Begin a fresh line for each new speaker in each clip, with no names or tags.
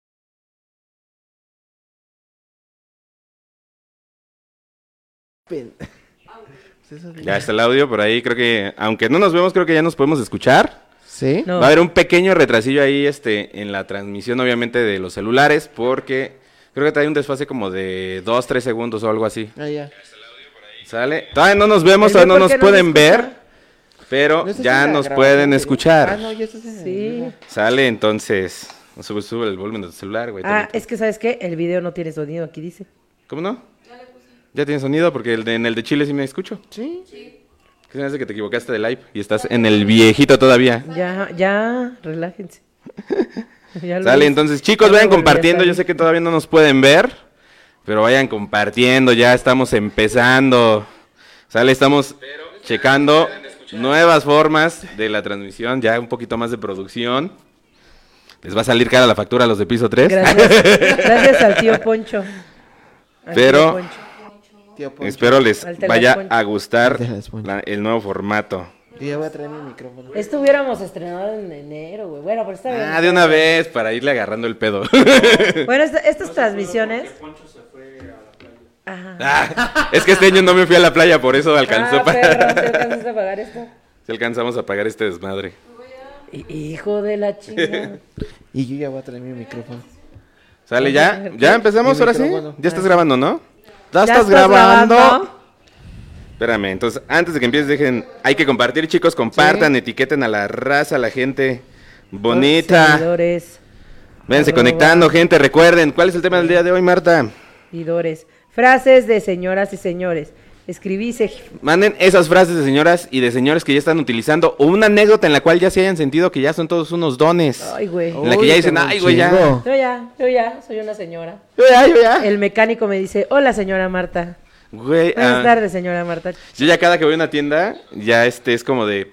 pen- Pues eso-
Ya está el audio por ahí, creo que, aunque no nos vemos, creo que ya nos podemos escuchar.
¿Sí?
No.
Va a haber un pequeño retrasillo ahí este, en la transmisión, obviamente, de los celulares, porque creo que trae un desfase como de 2, 3 segundos o algo así.
Ah, ya.
¿Sale? Todavía no nos vemos,
Ay,
todavía no
¿por
nos
qué no
pueden
nos
ver, pero
¿No estás
ya
en la
nos
grabación,
pueden
Perú?
escuchar.
Ah, no, ya estás en el-
Sí.
Sale, entonces, sube, sube el volumen de tu celular, güey.
Ah,
tantito.
es que ¿sabes qué? El video no tiene sonido, aquí dice.
¿Cómo no? Ya tiene sonido, porque el de- en el de Chile sí me escucho.
Sí.
¿Qué se me hace que te equivocaste de live y estás en el viejito todavía?
Ya, ya, relájense. Ya lo
Sale,
hice.
entonces, chicos,
Ya me
vayan
volví a
compartiendo. Yo
salir.
sé que todavía no nos pueden ver, pero vayan compartiendo. Ya estamos empezando. Sale, estamos checando nuevas formas de la transmisión, ya un poquito más de producción. Les va a salir cara la factura a los de piso 3.
Gracias, gracias al tío Poncho. Al tío
Pero-
Poncho.
Tío Poncho.
Espero les
Al telas
vaya
poncho.
a
Al
gustar
telas poncho.
la- el nuevo formato.
Yo ya voy a traer mi micrófono.
Esto hubiéramos estrenado en enero, güey. Bueno, pero está bien.
Ah, de una vez, para irle agarrando el pedo.
Bueno, esta- estas transmisiones. Ajá.
Ah, es que este año no me fui a la playa, por eso alcanzó
Ah,
para...
perro, ¿te alcanzaste a pagar esto?
Si alcanzamos a pagar este desmadre.
Hi- Hijo de la chingada.
Y yo ya voy a traer mi micrófono.
¿Sale ya? ¿Ya empezamos
Mi
ahora sí?
micrófono.
Ya estás grabando, ¿no? Ya
Ya
estás grabando. Espérame, entonces, antes de que empieces, dejen. Hay que compartir, chicos. Compartan, etiqueten a la raza, a la gente bonita.
Seguidores,
Vénse
Arroba.
conectando, gente. Recuerden, ¿cuál es el tema del día de hoy, Marta?
seguidores. Frases de señoras y señores. Escribí seg-
Manden esas frases de señoras y de señores que ya están utilizando o una anécdota en la cual ya se hayan sentido que ya son todos unos dones.
Ay, güey.
En la que ya dicen, ay, güey, ya.
Yo ya, yo ya, soy una señora.
Yo ya, yo ya.
El mecánico me dice, hola señora Marta.
Güey,
Buenas
ah.
tardes, señora Marta.
Yo ya cada que voy a una tienda, ya este es como de,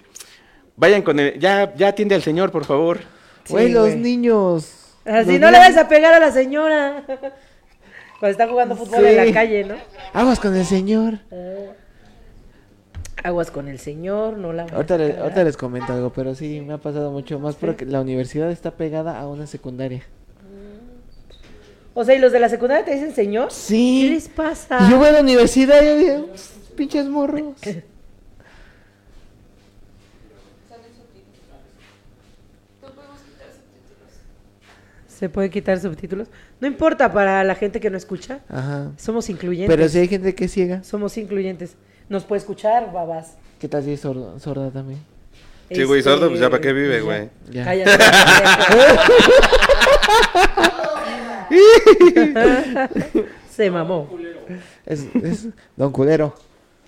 vayan con el, ya, ya atiende al señor, por favor.
Sí,
Güey, Ah, los
güey.
niños.
Así
Los
no le
niños-
vas a pegar a la señora. Cuando está jugando fútbol en
Sí.
la calle, ¿no?
Aguas con el señor.
Aguas con el señor, no la voy a
Ahorita, le-
cagar.
ahorita les comento algo, pero sí, me ha pasado mucho más porque la universidad está pegada a una secundaria.
O sea, ¿y los de la secundaria te dicen señor?
Sí.
¿Qué les pasa?
Y yo voy a la universidad y yo digo, pinches morros.
¿Se puede quitar subtítulos? No importa para la gente que no escucha.
Ajá.
Somos incluyentes.
Pero si hay gente que es ciega,
Somos incluyentes. Nos puede escuchar, babas. Este,
¿qué tal si es sordo- sorda también?
Sí, güey, sordo, pues ya para qué vive, güey.
Ya.
Cállate. pendejo. Se mamó.
Es, es don culero.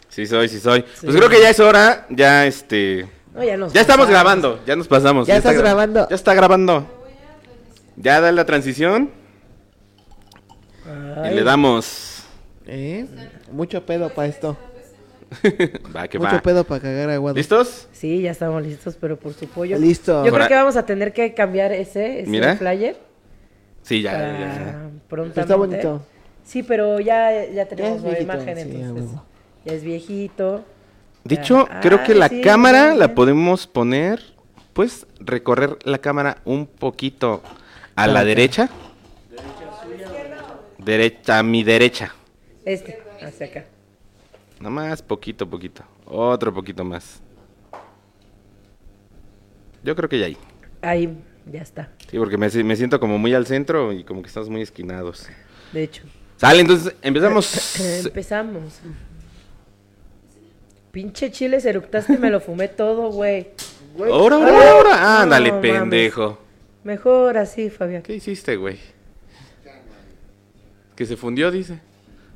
Sí soy, sí soy. Pues
Sí.
creo que ya es hora, ya este,
No, ya nos
ya estamos
pasamos.
grabando, ya nos pasamos.
Ya
está
estás
gra-
grabando.
Ya está grabando. Ya da la transición y
Ay.
le damos.
¿Eh? Mucho pedo para esto.
va que
Mucho
va.
pedo para cagar agua.
¿Listos?
Sí, ya estamos listos, pero por su pollo.
Listo.
Yo
Ahora-
creo que vamos a tener que cambiar ese, ese
Mira.
flyer.
Sí, ya.
para
ya,
Ah.
ya.
prontamente.
Está bonito.
Sí, pero ya, ya tenemos
es
nueva
viejito,
imagen,
sí, a
entonces.
huevo.
Ya es viejito.
De hecho,
Ah,
creo que la
sí,
cámara
bien.
la podemos poner, pues recorrer la cámara un poquito a la
Ah,
acá.
derecha. Derecha, a mi derecha.
Este, hacia acá.
Nomás poquito, poquito. Otro poquito más. Yo creo que ya ahí.
Ahí, ya está.
Sí, porque me, si- me siento como muy al centro y como que estamos muy esquinados.
De hecho.
Sale, entonces empezamos.
Empezamos. Pinche chile, eructaste, me lo fumé todo, güey.
Ahora, ahora, ahora.
No
Ándale,
mames.
pendejo.
Mejor así, Fabián.
¿Qué hiciste, güey? Que se fundió, dice.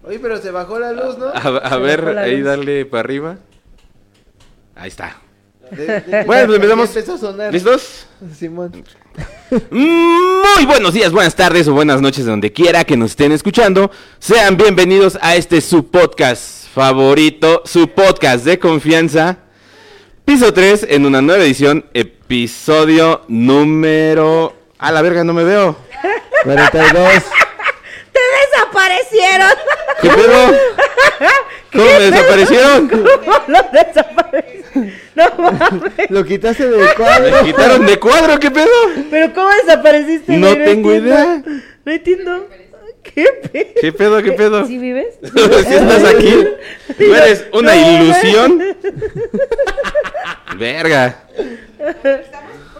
Oye, pero se bajó la luz, ¿no?
A, a
Se
ver,
bajó la
ahí
luz.
darle para arriba. Ahí está. Bueno, pues empezamos.
Empezó a sonar.
¿Listos?
Simón.
Muy buenos días, buenas tardes o buenas noches, donde quiera que nos estén escuchando. Sean bienvenidos a este su podcast favorito, su podcast de confianza. Piso 3 en una nueva edición, episodio número. A la verga, no me veo.
42.
¡Te desaparecieron!
¿Qué pedo? ¿Cómo me desaparecieron?
¿Cómo lo desaparecieron? No mames.
Lo quitaste del cuadro.
¿Me quitaron de cuadro? ¿Qué pedo?
¿Pero cómo desapareciste?
No
güey?
tengo
entiendo.
idea.
No entiendo. ¿Qué pedo?
¿Qué pedo, qué pedo?
¿Sí vives?
si estás aquí, tú eres una
No,
ilusión. Verga.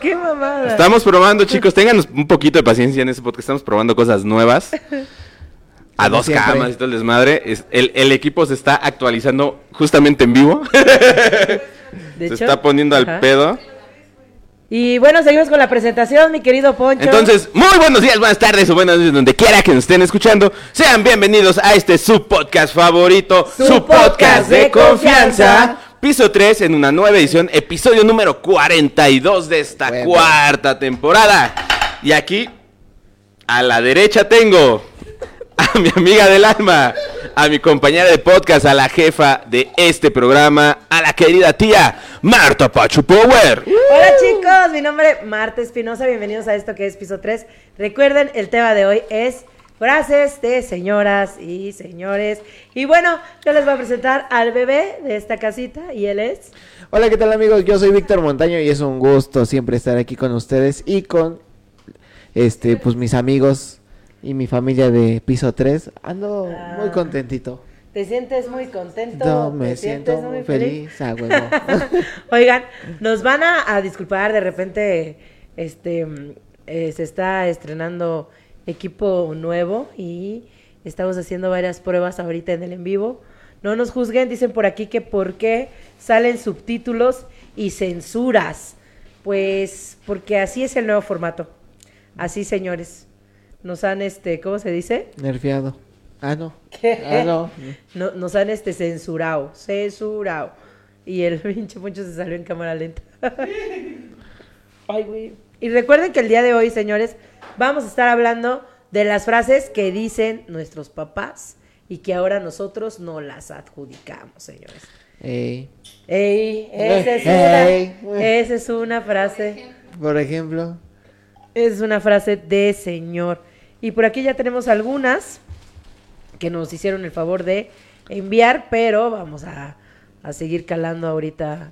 ¿Qué mamada?
Estamos probando, chicos. Ténganos un poquito de paciencia en este podcast. Estamos probando cosas nuevas. A
Como
dos
siempre.
camas y todo el desmadre. Es- el, el equipo se está actualizando justamente en vivo.
De
se
hecho,
está poniendo al
ajá.
pedo.
Y bueno, seguimos con la presentación, mi querido Poncho.
Entonces, muy buenos días, buenas tardes o buenas noches, donde quiera que nos estén escuchando. Sean bienvenidos a este su podcast favorito, su,
Su
podcast
podcast
de
de
confianza.
confianza.
Piso 3 en una nueva edición, episodio número 42 de esta
Bueno.
cuarta temporada. Y aquí, a la derecha tengo a mi amiga del alma, a mi compañera de podcast, a la jefa de este programa, a la querida tía Marta Pachu Power.
Hola chicos, mi nombre es Marta Espinosa, bienvenidos a esto que es Piso 3. Recuerden, el tema de hoy es frases de señoras y señores. Y bueno, yo les voy a presentar al bebé de esta casita y él es...
Hola, ¿qué tal amigos? Yo soy Víctor Montaño y es un gusto siempre estar aquí con ustedes y con este pues mis amigos y mi familia de piso 3. Ando
Ah.
muy contentito.
¿Te sientes muy contento?
No, me
¿Te
siento
sientes
muy feliz, ah, huevo.
Oigan, nos van a, a disculpar, de repente este mm, eh, se está estrenando equipo nuevo y estamos haciendo varias pruebas ahorita en el en vivo. No nos juzguen, dicen por aquí que por qué salen subtítulos y censuras. Pues porque así es el nuevo formato. Así, señores. Nos han, este, ¿cómo se dice?
Nerviado. Ah, no.
¿Qué?
Ah, no.
No- nos han este censurado, censurado. Y el pinche Poncho se salió en cámara lenta. Ay, güey. Y recuerden que el día de hoy, señores, vamos a estar hablando de las frases que dicen nuestros papás y que ahora nosotros no las adjudicamos, señores.
Ey,
Ey, esa es
Ey.
una, esa es una frase.
por ejemplo,
Es una frase de señor. Y por aquí ya tenemos algunas que nos hicieron el favor de enviar, pero vamos a, a seguir calando ahorita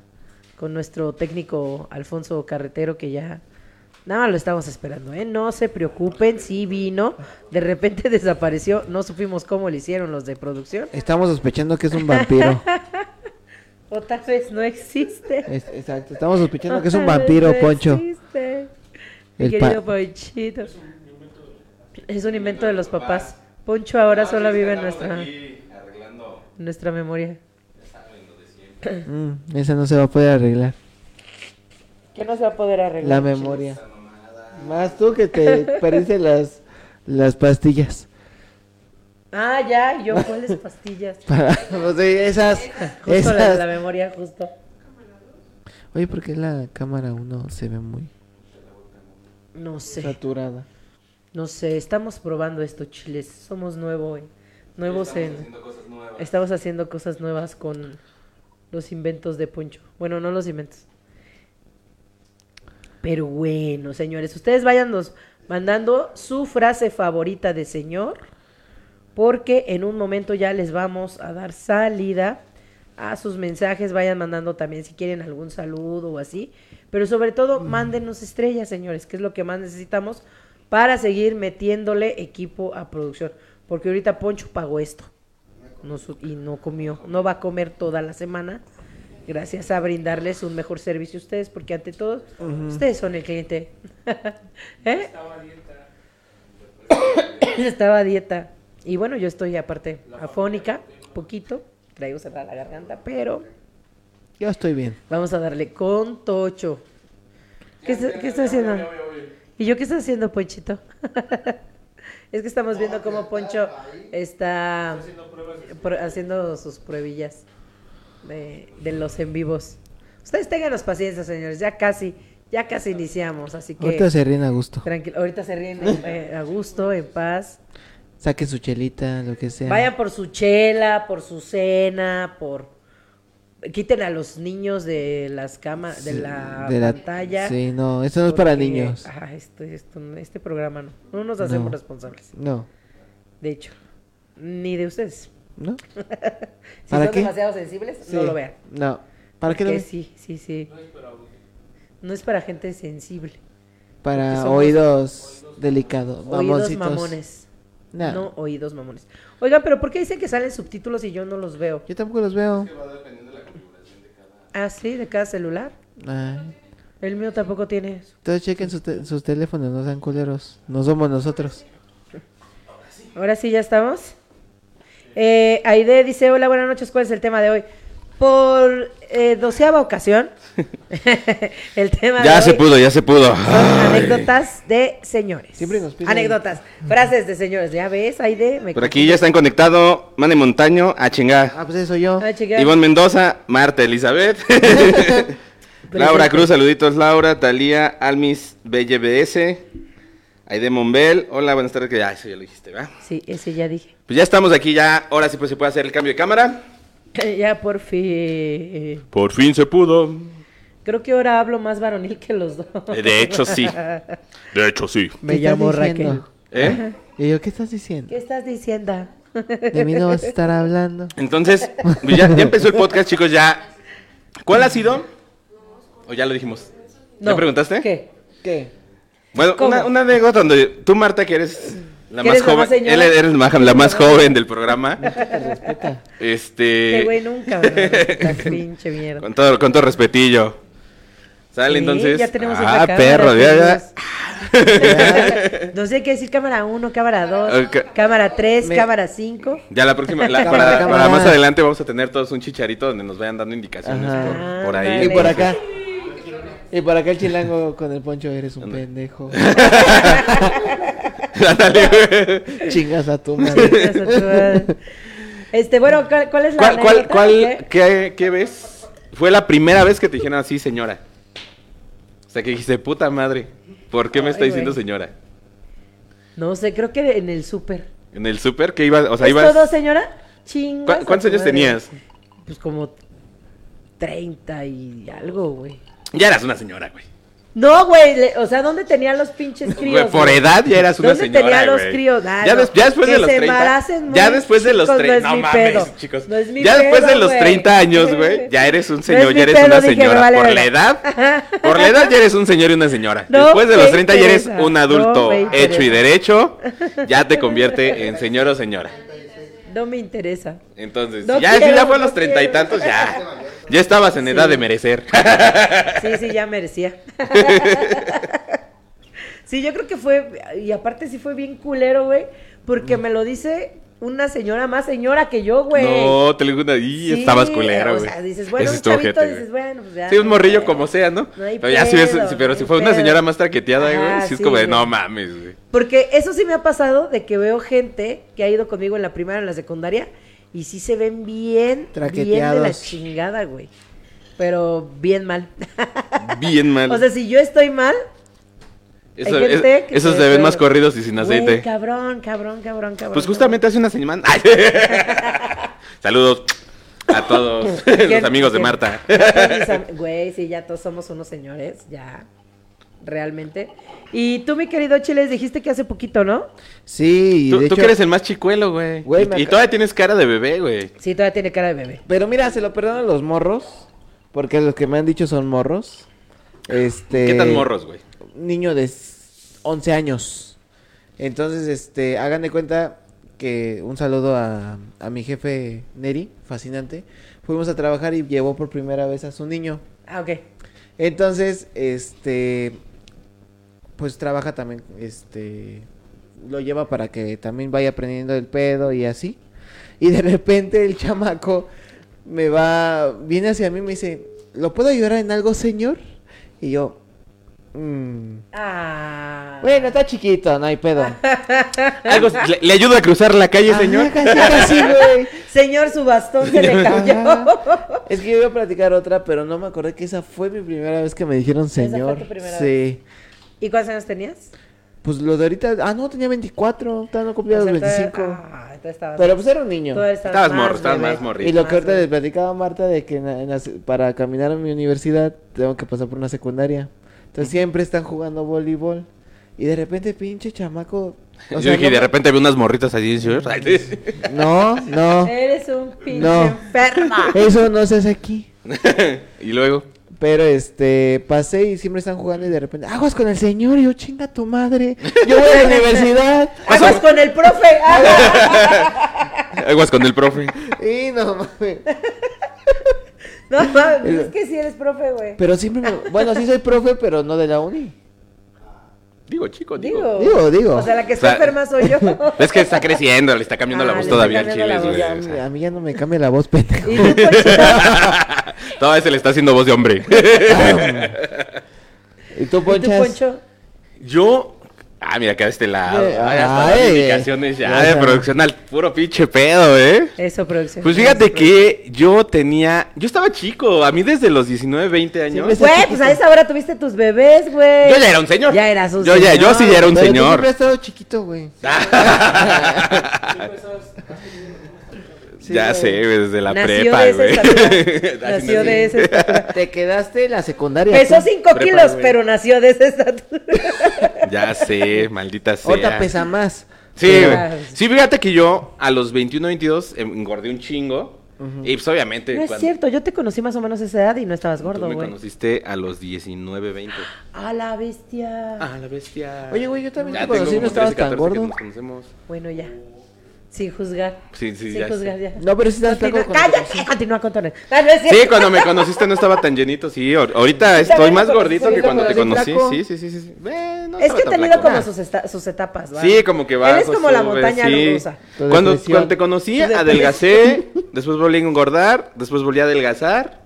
con nuestro técnico Alfonso Carretero, que ya nada más lo estamos esperando, ¿eh? No se preocupen, sí vino, de repente desapareció, no supimos cómo le hicieron los de producción,
estamos sospechando que es un vampiro.
o tal vez no existe.
Es- exacto, estamos sospechando Eh, que es
O
un
tal vez
vampiro,
no
Poncho.
existe. Mi
El
querido
pa-
Ponchito. Es un invento de los papás. Poncho ahora solo vive en nuestra, en nuestra memoria.
Mm, esa no se va a poder arreglar.
¿Qué no se va a poder arreglar?
La memoria. Más tú que te perdiste las, las pastillas.
Ah, ya, yo, ¿cuáles pastillas?
Para, o sea, esas,
Justo la de
esas.
la memoria, justo.
Oye, ¿por qué la cámara 1 se ve muy
No sé,
saturada?
no sé, estamos probando esto, chiles. Somos nuevo, eh. nuevos en... Estamos haciendo cosas nuevas con los inventos de Poncho. Bueno, no los inventos. Pero bueno, señores, ustedes vayan nos mandando su frase favorita de señor, porque en un momento ya les vamos a dar salida a sus mensajes. Vayan mandando también si quieren algún saludo o así. Pero sobre todo, mándenos estrellas, señores, que es lo que más necesitamos para seguir metiéndole equipo a producción. Porque ahorita Poncho pagó esto no su- y no comió, no va a comer toda la semana, gracias a brindarles un mejor servicio a ustedes, porque ante todo, ustedes son el cliente. ¿Eh? Estaba dieta. Y bueno, yo estoy aparte afónica, poquito, traigo cerrada la garganta, pero
Yo estoy bien.
vamos a darle con tocho. ¿Qué, está- qué está haciendo? ¿Y yo qué está haciendo, Ponchito? es que estamos viendo cómo Poncho está pro- haciendo sus pruebillas de, de los en vivos. Ustedes tengan paciencia, señores. Ya casi, ya casi iniciamos, así que
Ahorita se ríen a gusto.
tranquilo. Ahorita se ríen en- eh, a gusto, en paz.
Saque su chelita, lo que sea.
Vayan por su chela, por su cena, por quiten a los niños de las camas, de
Sí,
la
de la-
pantalla.
Sí, no, esto no es para
porque-
niños.
Ajá, esto- esto- este programa no. No nos hacemos
No.
responsables.
No,
De hecho, ni de ustedes.
¿no?
Si
¿Para
son
qué?
demasiado sensibles, no
Sí,
lo vean.
No. ¿Para qué lo
Que
ves?
sí, sí, sí. No es para gente sensible.
Para
somos
oídos delicados.
Oídos
Mamoncitos.
mamones.
Nah.
No oídos mamones. Oigan, pero ¿por qué dicen que salen subtítulos y yo no los veo?
Yo tampoco los veo.
Ah, sí, de cada celular.
Ay,
El mío tampoco tiene eso.
Entonces chequen sus, te- sus teléfonos, no sean culeros. No somos nosotros.
Ahora sí, ya estamos. Eh, Aide dice, hola, buenas noches, ¿cuál es el tema de hoy? Por eh, doceava ocasión, el tema de
Ya se
hoy
pudo, ya se pudo.
son
Ay.
anécdotas de señores.
Siempre nos piden-
Anécdotas, frases de señores. Ya ves, Aide, me
Por aquí ya están conectado Mane Montaño, a chingar.
Ah, pues eso yo.
Ah, chica.
Ivonne Mendoza, Marta Elizabeth. Laura Cruz, saluditos Laura, Talía, Almis BBS, Aide Monbel, hola, buenas tardes, que- ah, eso ya lo dijiste, ¿verdad?
Sí, ese ya dije.
Pues ya estamos aquí, ya, ahora sí pues se puede hacer el cambio de cámara.
ya por fin.
Por fin se pudo.
Creo que ahora hablo más varonil que los dos.
Eh, De hecho, sí. De hecho, sí.
Me
¿Qué estás
llamo
diciendo?
Raquel.
¿Eh?
Y yo, ¿qué estás diciendo?
¿Qué estás diciendo?
De mí no vas a estar hablando.
Entonces, pues ya, ya empezó el podcast, chicos, ya. ¿Cuál ha sido? ¿O ya lo dijimos? ¿Ya preguntaste?
¿Qué?
¿Qué?
Bueno,
¿Cómo?
una, una anécdota donde tú, Marta, que eres la
Que
más
eres la más
joven,
señora.
él eres la, la más joven del programa. Este,
Qué güey nunca, ¿no? Estás pinche mierda.
con todo, con todo respetillo. Sale
Sí,
entonces.
ya tenemos
ah,
otra cámara,
perro, ya, ya.
tenemos. no sé qué decir cámara 1, cámara 2,
Ok.
cámara 3,
Me-
cámara 5.
Ya la próxima, la-
Cámara,
para,
cámara.
para más adelante vamos a tener todos un chicharito donde nos vayan dando indicaciones
Ajá.
por, por ahí.
Y
Dale.
por acá. Y por acá el chilango con el poncho, eres un pendejo.
Ándale, güey.
Chingas a tu madre.
Este, bueno, ¿cuál, cuál es la
¿Cuál, cuál,
anécdota?
cuál,
¿Qué?
qué, qué ves? Fue la primera vez que te dijeron así, señora. O sea, que dijiste, puta madre, ¿por qué me está
Ay,
diciendo
güey.
señora?
No sé, creo que en el súper.
¿En el súper? ¿Qué ibas? O sea,
¿Es
ibas...
todo, señora? Chingas.
¿Cu-
a
¿Cuántos
tu
años
madre.
tenías?
Pues como 30 y algo, güey.
Ya eras una señora, güey.
No, güey, le- o sea, ¿dónde tenía los pinches críos?
Güey, por
güey?
edad ya eras una
¿Dónde
señora,
tenía los
güey.
críos? Ah,
ya,
no.
des- ya después
Que
de los
se
30.
embaracen muy
Ya después de los
chicos,
30.
no es
No,
mi
mames,
pedo.
chicos.
No es mi
ya después de
pedo,
los
güey.
30 años, güey, ya eres un
es
señor,
mi
ya eres
pedo,
una
dije, me
señora.
vale
por la
verga.
edad, por la edad ya eres un señor y una señora.
No
después de los
me
30 ya eres
interesa,
un
no
adulto
me
hecho y
interesa.
derecho, ya te convierte en señor o señora.
No me interesa.
Entonces,
No
ya, si
quiero,
ya fue a
no
los treinta y
quiero.
tantos, ya. Ya estabas en edad
Sí.
de merecer.
Sí, sí, ya merecía. Sí, yo creo que fue, y aparte sí fue bien culero, güey, porque me lo dice una señora más señora que yo, güey.
No, te lo digo una. Y
Sí,
estabas culero,
O
güey.
sea, dices, bueno,
Ese
un
estuvo
chavito,
ojete,
dices,
güey.
bueno, pues ya.
Sí, un
no,
morrillo
güey.
como sea, ¿no?
No hay
pero ya si ves,
pedo,
sí, pero
no
si
hay
fue una
pedo.
señora más traqueteada,
Ajá,
güey, sí es
sí,
como de,
güey.
no mames, güey.
Porque eso sí me ha pasado de que veo gente que ha ido conmigo en la primaria, en la secundaria, y sí se ven bien, bien de la
Traqueteados.
chingada, güey. Pero bien mal.
Bien mal.
o sea, si yo estoy mal,
Eso-
hay gente
es-
que
esos
se
se ven
ve
más
peor.
corridos y sin
güey,
aceite.
cabrón, cabrón, cabrón, cabrón.
Pues
cabrón.
justamente hace una semana. ¡Ay! Saludos a todos los
¿Quién-
amigos de
quién-
Marta.
todos mis am- Güey, sí, ya todos somos unos señores, ya. Realmente. Y tú, mi querido Chiles, dijiste que hace poquito, ¿no?
Sí, y
Tú,
de
tú
hecho-
que eres el más chicuelo, güey.
Güey,
Y-
me
y
aca-
todavía tienes cara de bebé, güey.
Sí, todavía tiene cara de bebé.
Pero mira, se lo perdonan los morros. Porque los que me han dicho son morros. Este.
¿Qué tan morros, güey?
Niño de s- 11 años. Entonces, este, hagan de cuenta que un saludo a, a mi jefe Neri, fascinante. Fuimos a trabajar y llevó por primera vez a su niño.
Ah, ok.
Entonces, este, pues trabaja también, este, lo lleva para que también vaya aprendiendo el pedo y así. Y de repente el chamaco me va, viene hacia mí y me dice, ¿lo puedo ayudar en algo, señor? Y yo, "Mm,
Ah.
bueno, está chiquito, no hay pedo.
Algo- le, le ayudo a cruzar la calle,
Ajá,
señor.
casi, casi, güey.
Señor, su bastón se le cayó.
Ajá. Es que yo iba a platicar otra, pero no me acordé que esa fue mi primera vez que me dijeron
fue
señor.
tu primera
sí.
¿Y cuántos años tenías?
Pues lo de ahorita. Ah, no, tenía 24. Todavía no cumplía
O sea,
los
todavía-
25.
Ah, entonces estabas.
pero pues era un niño.
todavía
Estabas morro, estabas
bebé.
más morrito.
Y lo que ahorita
bebé.
les platicaba a Marta de que en la- en la se- para caminar a mi universidad tengo que pasar por una secundaria. Entonces siempre están jugando voleibol. Y de repente, pinche chamaco. o
Yo
sea,
dije,
no
de
me-
repente vi unas morritas allí, señor. Ay, sí.
No, no.
Eres un pinche
No.
enferma.
Eso no se hace aquí.
y luego,
Pero este, pasé y siempre están jugando y de repente, aguas con el señor, y yo chinga tu madre. Yo voy a la universidad.
Aguas con el profe. aguas.
Aguas con el profe.
Y no mames.
No mames, es que si eres profe, güey.
Pero siempre me... Bueno, sí soy profe, pero no de la uni.
Digo, chico, digo.
Digo,
Digo, digo.
O sea, la que
O
está
sea-
enferma soy yo.
Es que está creciendo, le está cambiando la
Ah,
voz
le está
todavía al
cambiando la
chiles,
voz,
güey.
Ya,
o sea.
a mí ya no me cambia la voz, pendejo.
¿Y tú, Ponchito?
Todavía se le está haciendo voz de hombre.
¿Y tú,
¿Y tú,
Ponchas?
Poncho?
Yo. Ah, mira, acá de este lado.
Eh,
Ay, hasta las
ay,
indicaciones ya
ya
de
sabes.
producción al puro pinche pedo, ¿eh?
Eso, producción.
Pues fíjate que yo tenía. Yo estaba chico, a mí desde los 19, 20 años.
Siempre
Güey, pues a esa hora tuviste tus bebés, güey.
Yo ya era un señor.
Ya eras un
yo Ya, yo
señor.
sí ya era un
Pero tú
señor.
siempre has estado chiquito, güey.
ya sé, güey, desde la
pues, Nació
prepa,
de esa
güey.
estatura.
Así
Nació
nací.
de esa estatura.
Te quedaste en la secundaria.
Pesó
tú.
5
Prepa,
kilos,
güey.
pero nació de esa estatura.
Ya sé, maldita sea.
Ahorita pesa más.
Sí,
Pero-
güey. Sí, fíjate que yo a los 21, 22 engordé un chingo. Y pues obviamente.
No es
cuando-
cierto, yo te conocí más o menos a esa edad y no estabas
Tú
gordo,
me
güey.
conociste a los 19, 20.
A la bestia.
Ah, la bestia.
Oye, güey, yo también
Ya
te conocí,
tengo
no
como 13,
estabas tan
14 que
gordo.
nos conocemos.
Bueno, ya. Sin juzgar.
Sí, sí,
Sin
ya
juzgar,
sé.
ya.
No, pero sí estás
Continúa-
flaco. cuando te
¡Cállate! Continúa con Tony. No, no es
Sí,
cierto.
cuando me conociste no estaba tan llenito, sí. ahor- Ahorita estoy
también
más
lo conocí,
gordito que
lo
cuando te
conocí
conocí.
flaco.
Sí, sí, sí, sí. sí. Eh, no
Es
estaba
que he
tan
tenido
flaco.
como sus, esta- sus etapas, ¿va?
Sí, como que va.
Él es como la montaña rusa.
Tu
Cuando,
depresión.
cuando te conocí,
Tu depresión.
adelgacé, después volví a engordar, después volví a adelgazar.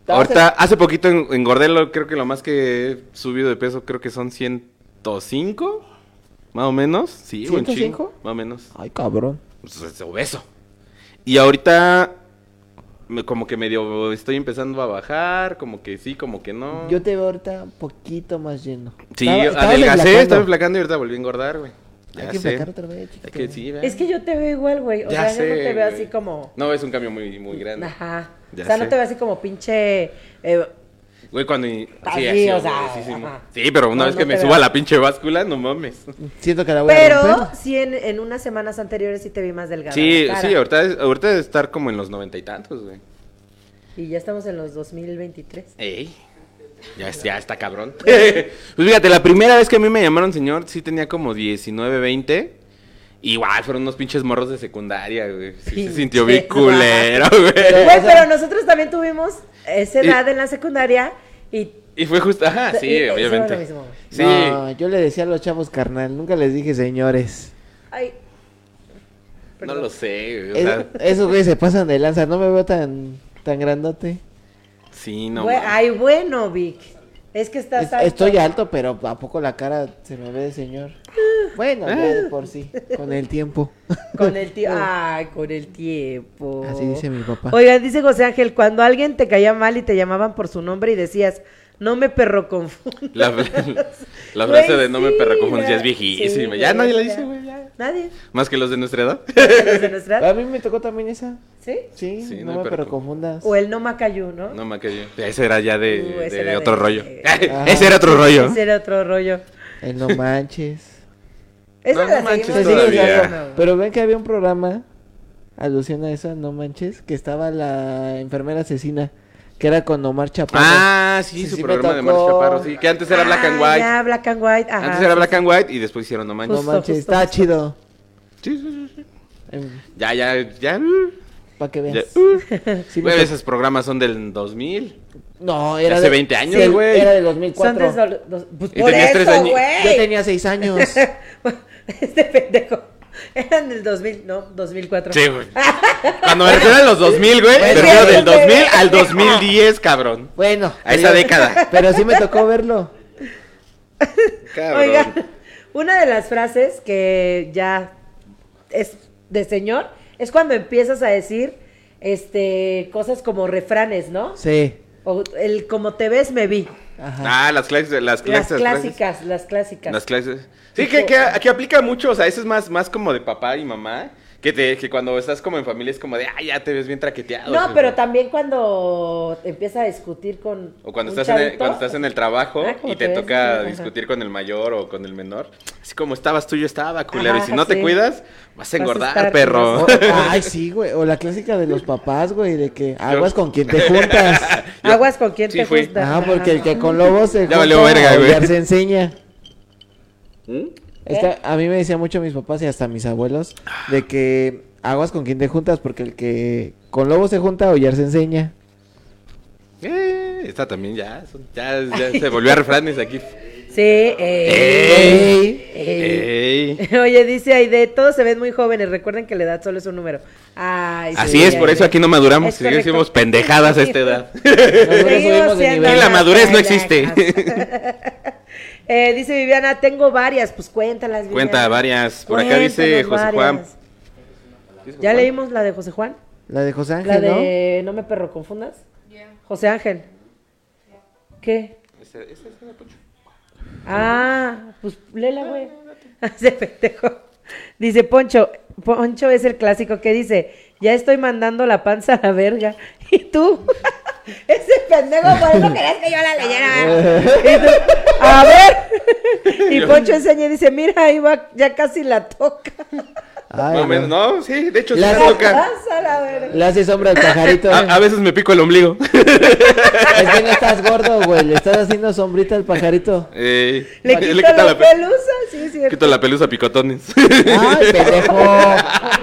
Estabas
Ahorita, hace poquito en- engordé, lo, creo que lo más que he subido de peso, creo que son 105, más o menos. Sí, un chingo.
¿105?
Más o menos.
Ay, cabrón.
Pues, es obeso. Y ahorita, me- como que medio estoy empezando a bajar, como que sí, como que no.
Yo te veo ahorita un poquito más lleno.
Sí,
Estaba- estabas
adelgacé, estaba
enflacando.
enflacando y ahorita volví a engordar, güey.
Hay
Ya
que
sé.
enflacar otra vez, chiquito.
Hay que sí, ¿verdad?
Es que yo te veo igual, güey. O
Ya
sea, yo no
sé,
te veo
güey.
así como.
No, es un cambio muy, muy grande.
Ajá.
Ya
o sea, no
sé.
te veo así como pinhe. eh,
Güey, cuando... Sí,
Así,
así,
Ah, o sea,
obesísimo.
ajá.
Sí, pero una
No,
vez
no
que
te
me
veo.
suba a la pinche báscula, no mames.
Siento que la voy a
pero
romper.
sí, en, en unas semanas anteriores sí te vi más delgada.
Sí,
de cara.
sí, ahorita, es- ahorita debe estar como en los noventa y tantos, güey.
Y ya estamos en los 2023.
Ey. Ya, es- ya está cabrón. pues fíjate, la primera vez que a mí me llamaron señor, sí tenía como 19, 20. Igual fueron unos pinches morros de secundaria, güey. Sí, se sintió bien
Pinches
culero,
Güey,
güey.
o sea-
pero nosotros también tuvimos esa
Eh, Y-
edad en la secundaria y.
Y fue justo, ajá, sí,
y- y hicieron
obviamente.
lo mismo, güey.
sí.
No, yo le decía a los chavos, carnal, nunca les dije señores.
Ay.
No
Perdón.
lo sé, güey. o
Es-
sea,
esos güeyes se pasan de lanza, no me veo tan, tan grandote.
sí, no.
Güey,
mames.
ay, bueno, Vic. Es que estás.
Es-
alto.
estoy alto, pero ¿a poco la cara se me ve de señor? Bueno, ya de por sí, con el tiempo.
Con el tiempo. Ay, con el tiempo.
Así dice mi papá.
Oigan, dice José Ángel, cuando alguien te caía mal y te llamaban por su nombre y decías, no me perro confundo.
La, la frase
Güey,
de no me
sí,
perra confundas ya es
güey.
viejísima.
Sí,
ya
güey,
nadie la
o sea,
dice, güey. ya.
Nadie.
Más que los de nuestra edad.
Los de nuestra edad,
A mí me tocó también esa.
¿Sí?
Sí,
Sí,
no,
no,
me
pero-
pero confundas.
O el no macayú, ¿no?
No, me cayó. Ese era ya de,
Uh, ese
de
era
otro
de-
rollo.
Ajá.
Ese era otro rollo.
Ese era otro rollo.
El no manches.
Esa
No
la
manches,
Se
seguimos
sigue
todavía.
usando,
Pero...
Pero ven que había un programa alusión a eso, no manches, que estaba la enfermera asesina, que era con Omar Chaparro.
Ah, sí,
Sí,
su
sí, me
programa de
tocó.
Marcha Chaparro, sí. Que antes era Black and White.
Ah, Ya, Black and White. ajá.
antes era Black and White y después hicieron No
no
Manches.
Justo,
manches,
justo,
está
justo.
chido.
Sí, sí, sí, sí.
Eh,
Ya, ya, ya.
pa' que
ya.
veas. Sí, me
Güey,
tocó-
esos programas son del 2000.
No, era
hace
de-
20 años,
sí,
güey.
Era del
Son
2004.
tres dol- dos- pues
Y
por
tenías tres
eso,
añi-
Yo
güey.
tenía 6 años.
este pendejo. Eran del 2000, no, 2004.
Sí, güey. Cuando me refiero a los 2000, güey, me
Güey,
refiero
güey,
del
güey.
2000 al 2010, cabrón.
Bueno.
A esa
pero-
década.
Pero sí me tocó verlo.
Cabrón.
Oigan, una de las frases que ya es de señor es cuando empiezas a decir este cosas como refranes, ¿no?
Sí.
O el como te ves me vi.
Ajá.
Ah, las clases, las
Las
clases.
clásicas, las clásicas.
Las clases. Sí, que, que, que aplica mucho, o sea, eso es más, más como de papá y mamá. Que, te, que cuando estás como en familia es como de, ah, ya te ves bien traqueteado.
No,
güey.
pero también cuando te empieza a discutir con.
O cuando
un
estás, en el,
chavito,
cuando estás en el trabajo
Ah, como
y te
que
toca
es, ajá.
discutir con el mayor o con el menor. Así como estabas tú, yo estaba, culero. y
Ajá,
si no te
sí.
cuidas, vas a
a
engordar,
estar-
perro.
O- ay, sí, güey. O la clásica de los papás, güey, de que aguas con quien te juntas.
Yo-
Aguas con quién
Sí
te
fui.
juntas.
Ah, porque el que con lobos se
Ya valió verga,
a
güey.
hollar se enseña.
¿Mm?
¿Eh?
Es que a mí me decían mucho mis papás y hasta mis abuelos de que aguas con quien te juntas porque el que con lobos se junta, hollar se enseña.
Eh, esta también ya, son- ya, ya se volvió a refranes aquí.
Sí, eh.
¡Ey!
eh.
¡Ey!
Oye, dice Aide, todos se ven muy jóvenes, recuerden que la edad solo es un número. Ay, sí,
Así es, por
Aide.
eso aquí no maduramos,
Es
si hicimos
correcto.
pendejadas a esta edad.
Nosotros
Seguimos
subimos de
siendo
nivel.
Y la
unas
madurez no
pendejos. Eh, dice Viviana, tengo varias, pues cuéntalas. Viviana.
Cuenta varias. Por acá dice
Cuéntanos
José Juan.
varias. ¿Ya leímos la de José Juan?
La de José
La
Ángel, ¿no?
de No me perro confundas. José Ángel. ¿Qué? Ah, pues léela, güey. Se pendejo. Dice Poncho, Poncho es el clásico que dice, ya estoy mandando la panza a la verga. ¿Y tú? Ese pendejo, por eso querías que yo la leyera. Y tú, a ver. Y Poncho enseña y dice, mira, ahí va, ya casi la toca.
Ay,
Más o menos,
no.
no, sí, de hecho, sí
La-
me
La-
toca.
Panza a la verga.
Le hace sombra al pajarito.
A, a veces me pico el ombligo.
Es que no estás gordo, güey. Le estás haciendo sombrita al pajarito.
Ey,
Le quito la
pe-
pelusa, sí, sí.
quito la pelusa a picotones.
Ah.
Ay, pendejo.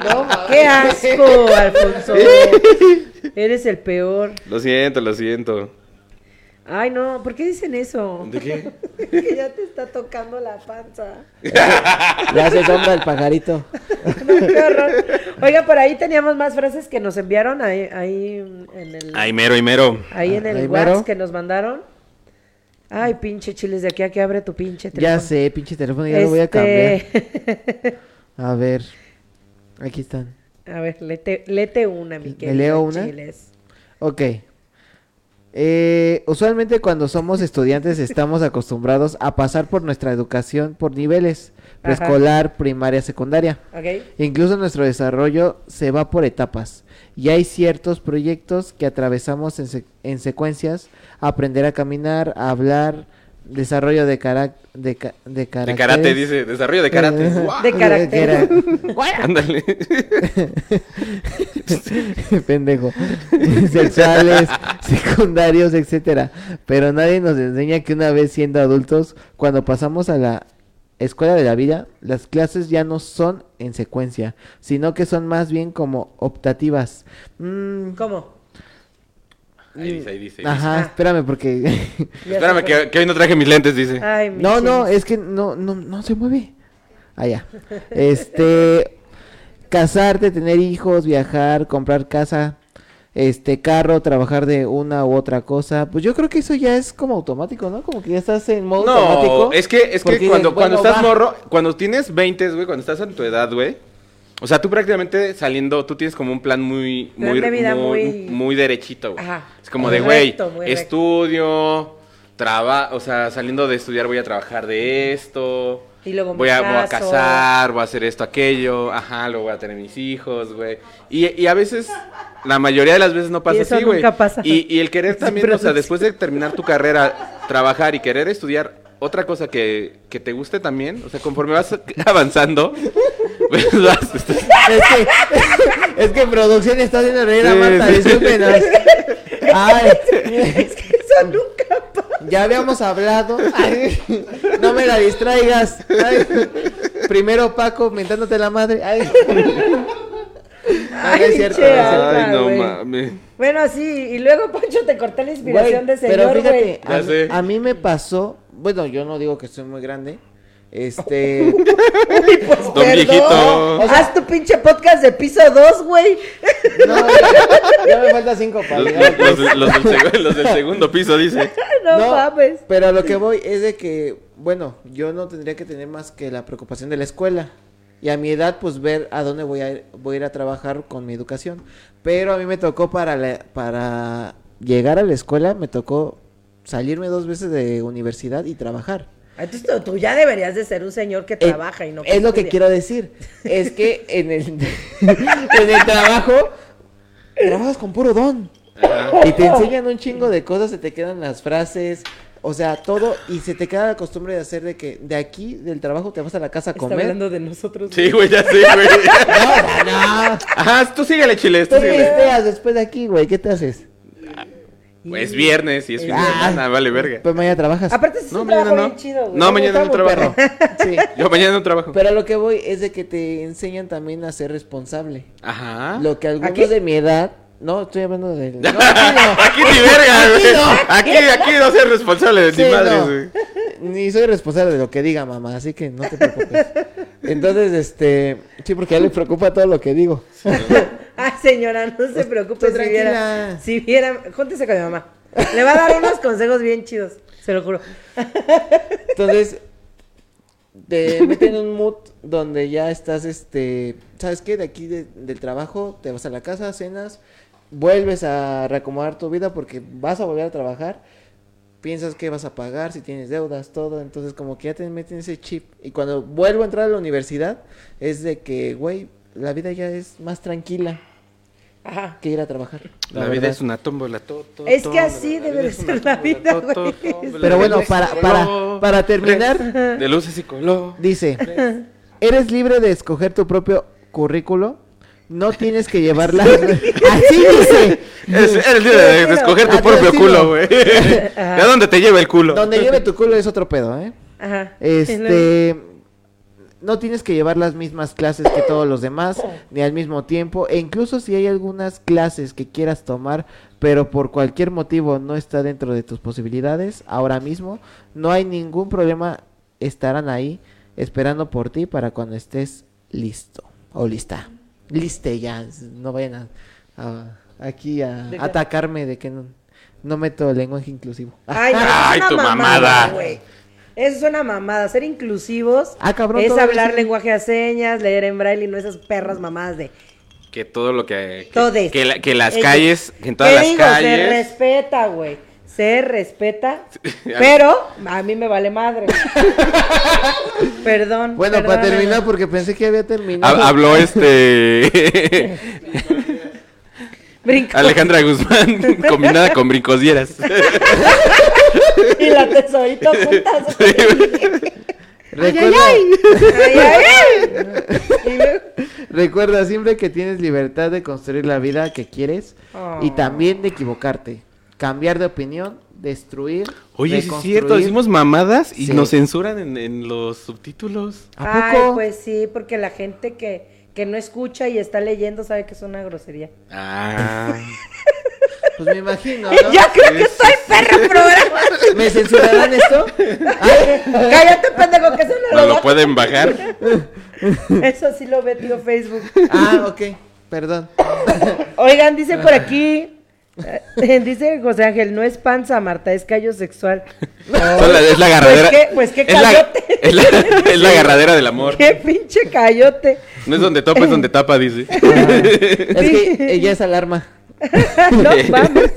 No, qué asco, Alfonso. Eres el peor.
lo siento, lo siento.
Ay, no, ¿por qué dicen eso?
¿De qué?
que ya te está tocando la panza.
Le hace sombra al pajarito.
No, qué horror. Oiga, por ahí teníamos más frases que nos enviaron ahí, ahí en el,
Ay, mero y mero.
ahí en el
Ahí
WhatsApp
mero.
que nos mandaron. Ay, pinche chiles de aquí a que abre tu pinche
Ya
teléfono.
sé, pinche teléfono, ya lo voy a cambiar.
Este,
A ver. Aquí están.
a ver, lete, lete una, mi
¿Me
querido
leo una?
Chiles.
Ok. Eh, usualmente cuando somos estudiantes estamos acostumbrados a pasar por nuestra educación por niveles, preescolar, primaria, secundaria.
¿Ok?
Incluso nuestro desarrollo se va por etapas y hay ciertos proyectos que atravesamos en, sec- en secuencias, aprender a caminar, a hablar, desarrollo de, carac- de, ca- de
De
caracteres.
karate, dice. Desarrollo de karate. Guau.
De carácter.
cara-
Ándale.
pendejo, sexuales, secundarios, etcétera. Pero nadie nos enseña que una vez siendo adultos, cuando pasamos a la escuela de la vida, las clases ya no son en secuencia, sino que son más bien como optativas. Mm,
¿Cómo?
Ahí dice, ahí dice. ahí dice.
ajá, espérame porque
Ya
Espérame,
sé Ah.
que, que hoy no traje mis lentes, dice.
Ay, mi
No, no,
Chiles.
es que no, no, no se mueve. Allá. Este, casarte, tener hijos, viajar, comprar casa, este, carro, trabajar de una u otra cosa. Pues yo creo que eso ya es como automático, ¿no? Como que ya estás en modo automático.
No, es que, es que
porque
cuando,
dices,
cuando
bueno,
estás
va.
morro, cuando tienes 20, güey, cuando estás en tu edad, güey. O sea, tú prácticamente saliendo, tú tienes como un plan muy,
Plan
muy,
de vida
muy,
muy-
muy derechito, güey.
Ajá.
Es como
Muy
de, güey,
recto, muy recto.
estudio, trabajo, o sea, saliendo de estudiar voy a trabajar de esto.
Y luego me
voy a, voy a
caso.
casar, voy a hacer esto, aquello, ajá, luego voy a tener mis hijos, güey. Y, y a veces, la mayoría de las veces no pasa
eso
así, güey.
nunca pasa.
Y, y el querer también,
Siempre
o sea,
es así.
después de terminar tu carrera, trabajar y querer estudiar otra cosa que, que te guste también, o sea, conforme vas avanzando, pues vas- estás-
Es que, es que producción está haciendo reír a
Sí,
Marta,
sí.
discúlpenos. Ay,
Es que eso nunca pasa.
ya habíamos hablado. Ay, no me la distraigas. Ay, primero Paco mentándote la madre. Ay.
Ay,
no es cierto,
che,
no es
Alba,
Ay, no
güey.
mames.
Bueno, sí, y luego Poncho te corté la
Güey,
inspiración de señor,
Pero fíjate,
güey.
Ya
a,
sé.
mí- a mí me pasó, bueno, yo no digo que soy muy grande, este,
Uy, pues
Don
perdón.
viejito.
O sea-
Haz tu pinche podcast de piso 2, güey.
no, ya me falta cinco para
Los,
llegar al
los- los- los del seg- los del segundo piso, dice.
No,
No,
mames.
Pero a lo que voy es de que, bueno, yo no tendría que tener más que la preocupación de la escuela. Y a mi edad, pues ver a dónde voy a ir, voy a, ir a trabajar con mi educación. Pero a mí me tocó para, la- para llegar a la escuela, me tocó salirme dos veces de universidad y trabajar.
Entonces tú, tú ya deberías de ser un señor que
Eh,
trabaja y no
es lo que
estudia.
quiero decir. Es que en el, en el trabajo trabajas con puro don. Y te enseñan un chingo de cosas, se te quedan las frases, o sea, todo, y se te queda la costumbre de hacer de que de aquí, del trabajo, te vas a la casa a
Está
comer.
hablando de nosotros.
Sí, güey, ya sé, güey.
No, no, no.
Ajá, tú síguele, Chile, tú
Tú
síguele.
pisteas después de aquí, güey, ¿qué te haces?
Pues viernes y es fin de
Ah.
semana, vale verga.
Pues mañana trabajas.
Aparte, ese es
No,
un
mañana
trabajo
no.
bien chido, güey.
No, mañana no
Está muy
trabajo.
perro. Sí.
Yo mañana no trabajo.
Pero lo que voy es de que te enseñan también a ser responsable.
Ajá.
Lo que algunos
¿Ah? ¿Aquí?
de mi edad, no, estoy hablando de... No,
Aquí ni verga,
Aquí
güey.
no.
Aquí, aquí no seas responsable de
Sí,
ti, madre,
no.
güey.
Ni soy responsable de lo que diga mamá, así que no te preocupes. Entonces, este, sí, porque a él le preocupa todo lo que digo.
Ay, Ah, señora, no se preocupe
Tú
si viera.
Pues, tranquila.
Si viera, júntese con mi mamá. Le va a dar unos consejos bien chidos, se lo juro.
Entonces, te meten en un mood donde ya estás, este, ¿sabes qué? De aquí de- del trabajo, te vas a la casa, cenas, vuelves a reacomodar tu vida porque vas a volver a trabajar, piensas que vas a pagar, si tienes deudas, todo, entonces como que ya te meten ese chip. Y cuando vuelvo a entrar a la universidad, es de que, güey, la vida ya es más tranquila
Ajá.
que ir a trabajar.
La vida es una tómbola. to- to-
Es que
tómbola,
así
la
debe
vida
de
es una
ser la
tómbola,
vida,
to- to-
güey.
tómbola,
Pero
de
bueno,
luces
para-
y
para-
color,
para terminar.
de luces y color.
Dice, eres libre de escoger tu propio currículo. No tienes que llevarla. Así dice.
Es, eres libre de, de escoger tu
Así
propio
es,
culo,
digo.
güey. ¿De dónde te lleva el culo?
Donde lleve tu culo es otro pedo, ¿eh?
Ajá.
Este. No tienes que llevar las mismas clases que todos los demás, ni al mismo tiempo. E incluso si hay algunas clases que quieras tomar, pero por cualquier motivo no está dentro de tus posibilidades, ahora mismo, no hay ningún problema. Estarán ahí esperando por ti para cuando estés listo o lista. Liste ya, no vayan a, a- aquí a
¿De qué?
atacarme de que no, no meto lenguaje inclusivo.
Ay, no, eso es
Ay,
una
tu
mamada,
mamada.
güey. Eso es una mamada. Ser inclusivos
Ah, cabrón,
es
todavía
hablar
sí.
lenguaje a señas, leer en braille y no esas perras mamadas de
Que todo lo que. que-
todes.
Que, la- que las
Ellos-
calles, que en todas
Te
las
digo, Se
calles.
respeta, güey. Se respeta, pero a mí me vale madre. perdón.
Bueno, para
perdóname.
terminar, porque pensé que había terminado.
Ha- Habló este.
Brincó.
Alejandra Guzmán combinada con brincosieras.
Y la tesorito juntas.
Sí,
Recuerda,
Ay, ay, ay. Y luego-
recuerda siempre que tienes libertad de construir la vida que quieres
Oh.
y también de equivocarte, cambiar de opinión, destruir.
Oye, sí es
reconstruir.
cierto, decimos mamadas y
Sí.
nos censuran en, en los subtítulos.
¿A
Ay,
poco?
pues sí, porque la gente que, que no escucha y está leyendo sabe que es una grosería.
Ah.
Pues me imagino,
Yo
¿no?
creo que soy perro programa.
¿Me censurarán esto? Ay,
Cállate, pendejo, que eso no,
No
lo,
lo pueden bajar.
va- Eso sí lo ve, tío, Facebook.
ah, ok, perdón.
Oigan, dice por aquí. eh, Dice José Ángel, no es panza, Marta, es callo sexual.
Son la- es la agarradera.
Pues qué- pues qué
es, la,
cayote.
es la- es la agarradera del amor.
¡Qué pinche cayote!
No es donde topa, es donde tapa, dice.
Ah.
Es que ella es alarma.
no mames.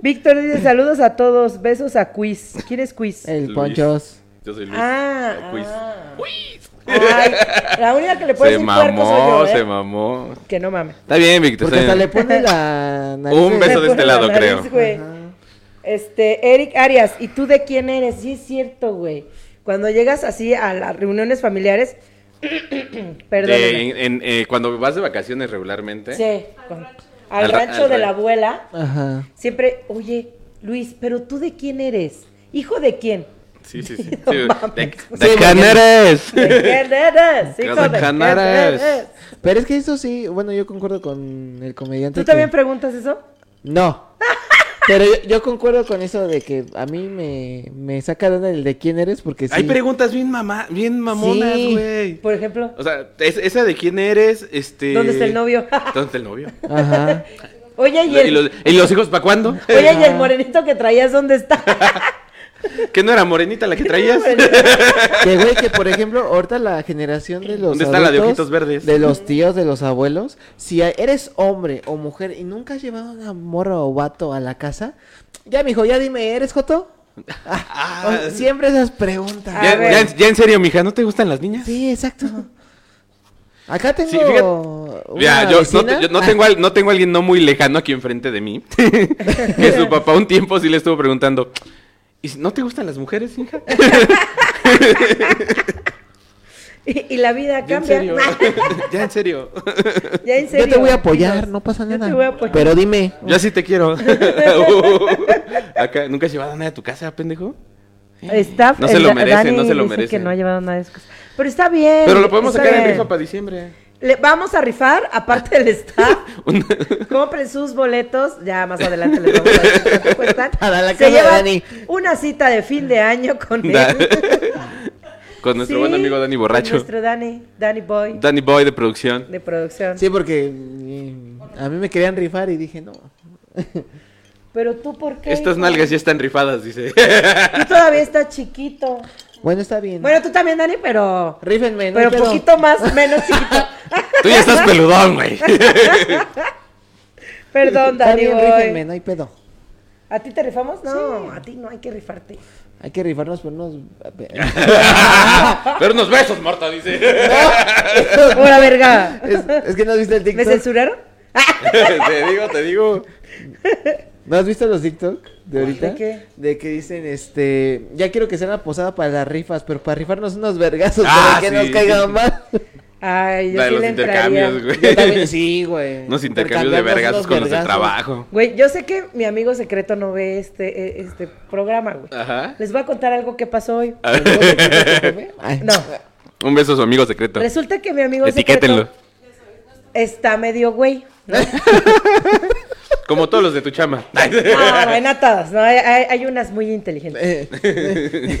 Víctor dice, saludos a todos, besos a Quiz. ¿Quién es Quiz?
El
Luis.
ponchos.
Yo soy Luis.
Ah,
Quiz.
ah. Ay, la única que le puede
Se
decir puerco soy
mamó,
yo, ¿eh?
se mamó.
Que no mames.
Está bien, Víctor.
Porque
está
hasta le
bien.
pone la nariz.
Un beso de
Me
este
pone la
lado,
nariz,
creo.
güey. Este, Eric Arias, ¿y tú de quién eres? Sí, es cierto, güey. Cuando llegas así a las reuniones familiares, perdón.
De- en- en- eh, cuando vas de vacaciones regularmente.
Sí, con- al,
Al ra-
rancho
al
de
ra-
la abuela,
Ajá.
siempre, oye, Luis, pero tú de quién eres? ¿Hijo de quién?
Sí, sí, sí. sí.
No
de
mames.
de
Sí,
Canares.
¿De quién eres? Hijo
Casa
de quién
Canares.
eres?
Pero es que eso sí, bueno, yo concuerdo con el comediante.
¿Tú también
que-
preguntas eso?
No. Pero yo, yo concuerdo con eso de que a mí me, me saca de onda el de quién eres porque sí.
Hay preguntas bien mamá, bien mamonas,
Sí.
güey.
Por ejemplo,
O sea, es- esa de quién eres, este.
¿dónde está el novio?
¿Dónde está el novio?
Ajá.
Oye, y
¿Y
el,
los, y los hijos para cuándo?
oye, y el morenito que traías, ¿dónde está?
Ah, ¿Que no era morenita la que traías?
Que güey, que por ejemplo, ahorita la generación de los.
¿Dónde está la de ojitos verdes?
De los tíos, de los abuelos. Si a- eres hombre o mujer y nunca has llevado una morra o vato a la casa, ya mijo, ya dime, ¿eres Joto? O- siempre esas preguntas.
A
Ah, Ya,
ver.
ya en- ya en serio, mija, ¿no te gustan las niñas?
Sí, exacto. Acá tengo.
Sí, fíjate.
una
Mira, yo, no,
vecina. Ah,
te- yo no tengo al- no tengo a alguien no muy lejano aquí enfrente de mí. que su papá un tiempo sí le estuvo preguntando. ¿Y si no te gustan las mujeres, hija?
Y, y la vida
Ya en
cambia.
serio. ya en serio.
ya
Ah,
en
yo
serio.
te voy a apoyar,
chicos.
no pasa
Yo
nada.
te voy a apoyar.
Pero dime.
Yo sí te quiero. Acá, ¿Nunca has llevado a nadie a tu casa, pendejo?
Está-
No se
el
lo
Da-
merece,
Dani
no se lo
dice
merece.
que no ha llevado nada de sus cosas. Pero está bien.
Pero lo podemos
está
sacar en
bien.
rifa para diciembre.
Le- vamos a rifar, aparte del staff.
Un-
Compren sus boletos, ya más adelante les vamos a decir cuánto cuestan.
Para la
Se
casa de
llevan
Dani.
una cita de fin de año con él.
Da- Con nuestro
Sí,
buen amigo Dani
con
Borracho.
Nuestro Dani, Dani Boy
Dani Boy de producción.
de producción.
Sí, porque mm, a mí me querían rifar y dije, no.
Pero tú, ¿por qué?
Estas
hijo?
nalgas ya están rifadas, dice.
Tú todavía estás chiquito.
Bueno, está bien.
Bueno, tú también, Dani, pero.
Rífenme, no hay
Pero
pedo.
poquito más, menos chiquito.
Tú ya estás peludón, güey.
Perdón,
Está
Dani
bien, rífenme,
Boy.
no hay pedo.
¿A ti te rifamos? No, a ti no hay que rifarte.
Hay que rifarnos por unos.
Pero unos besos, Marta, dice.
Hola, verga.
es, es que no has visto el
¿Me
TikTok.
censuraron?
te digo, te digo.
¿No has visto los TikTok de ahorita?
¿De qué?
De que dicen, este. Ya quiero que sea la posada para las rifas, pero para rifarnos unos vergazos
Ah,
para que
sí.
nos caigan más.
Ay, yo
La de
sí
los
le
intercambios,
entraría.
güey.
Yo también, sí, güey.
Unos intercambios de
vergasos
vergazos con los de trabajo.
Güey, yo sé que mi amigo secreto no ve este, eh, este programa, güey.
Ajá.
Les voy a contar algo que pasó hoy. No.
Un beso a su amigo secreto.
Resulta que mi amigo
Etiquétenlo.
secreto está medio güey.
Como todos los de tu chama.
No, güey, no todas, ¿no? Hay, hay- hay unas muy inteligentes.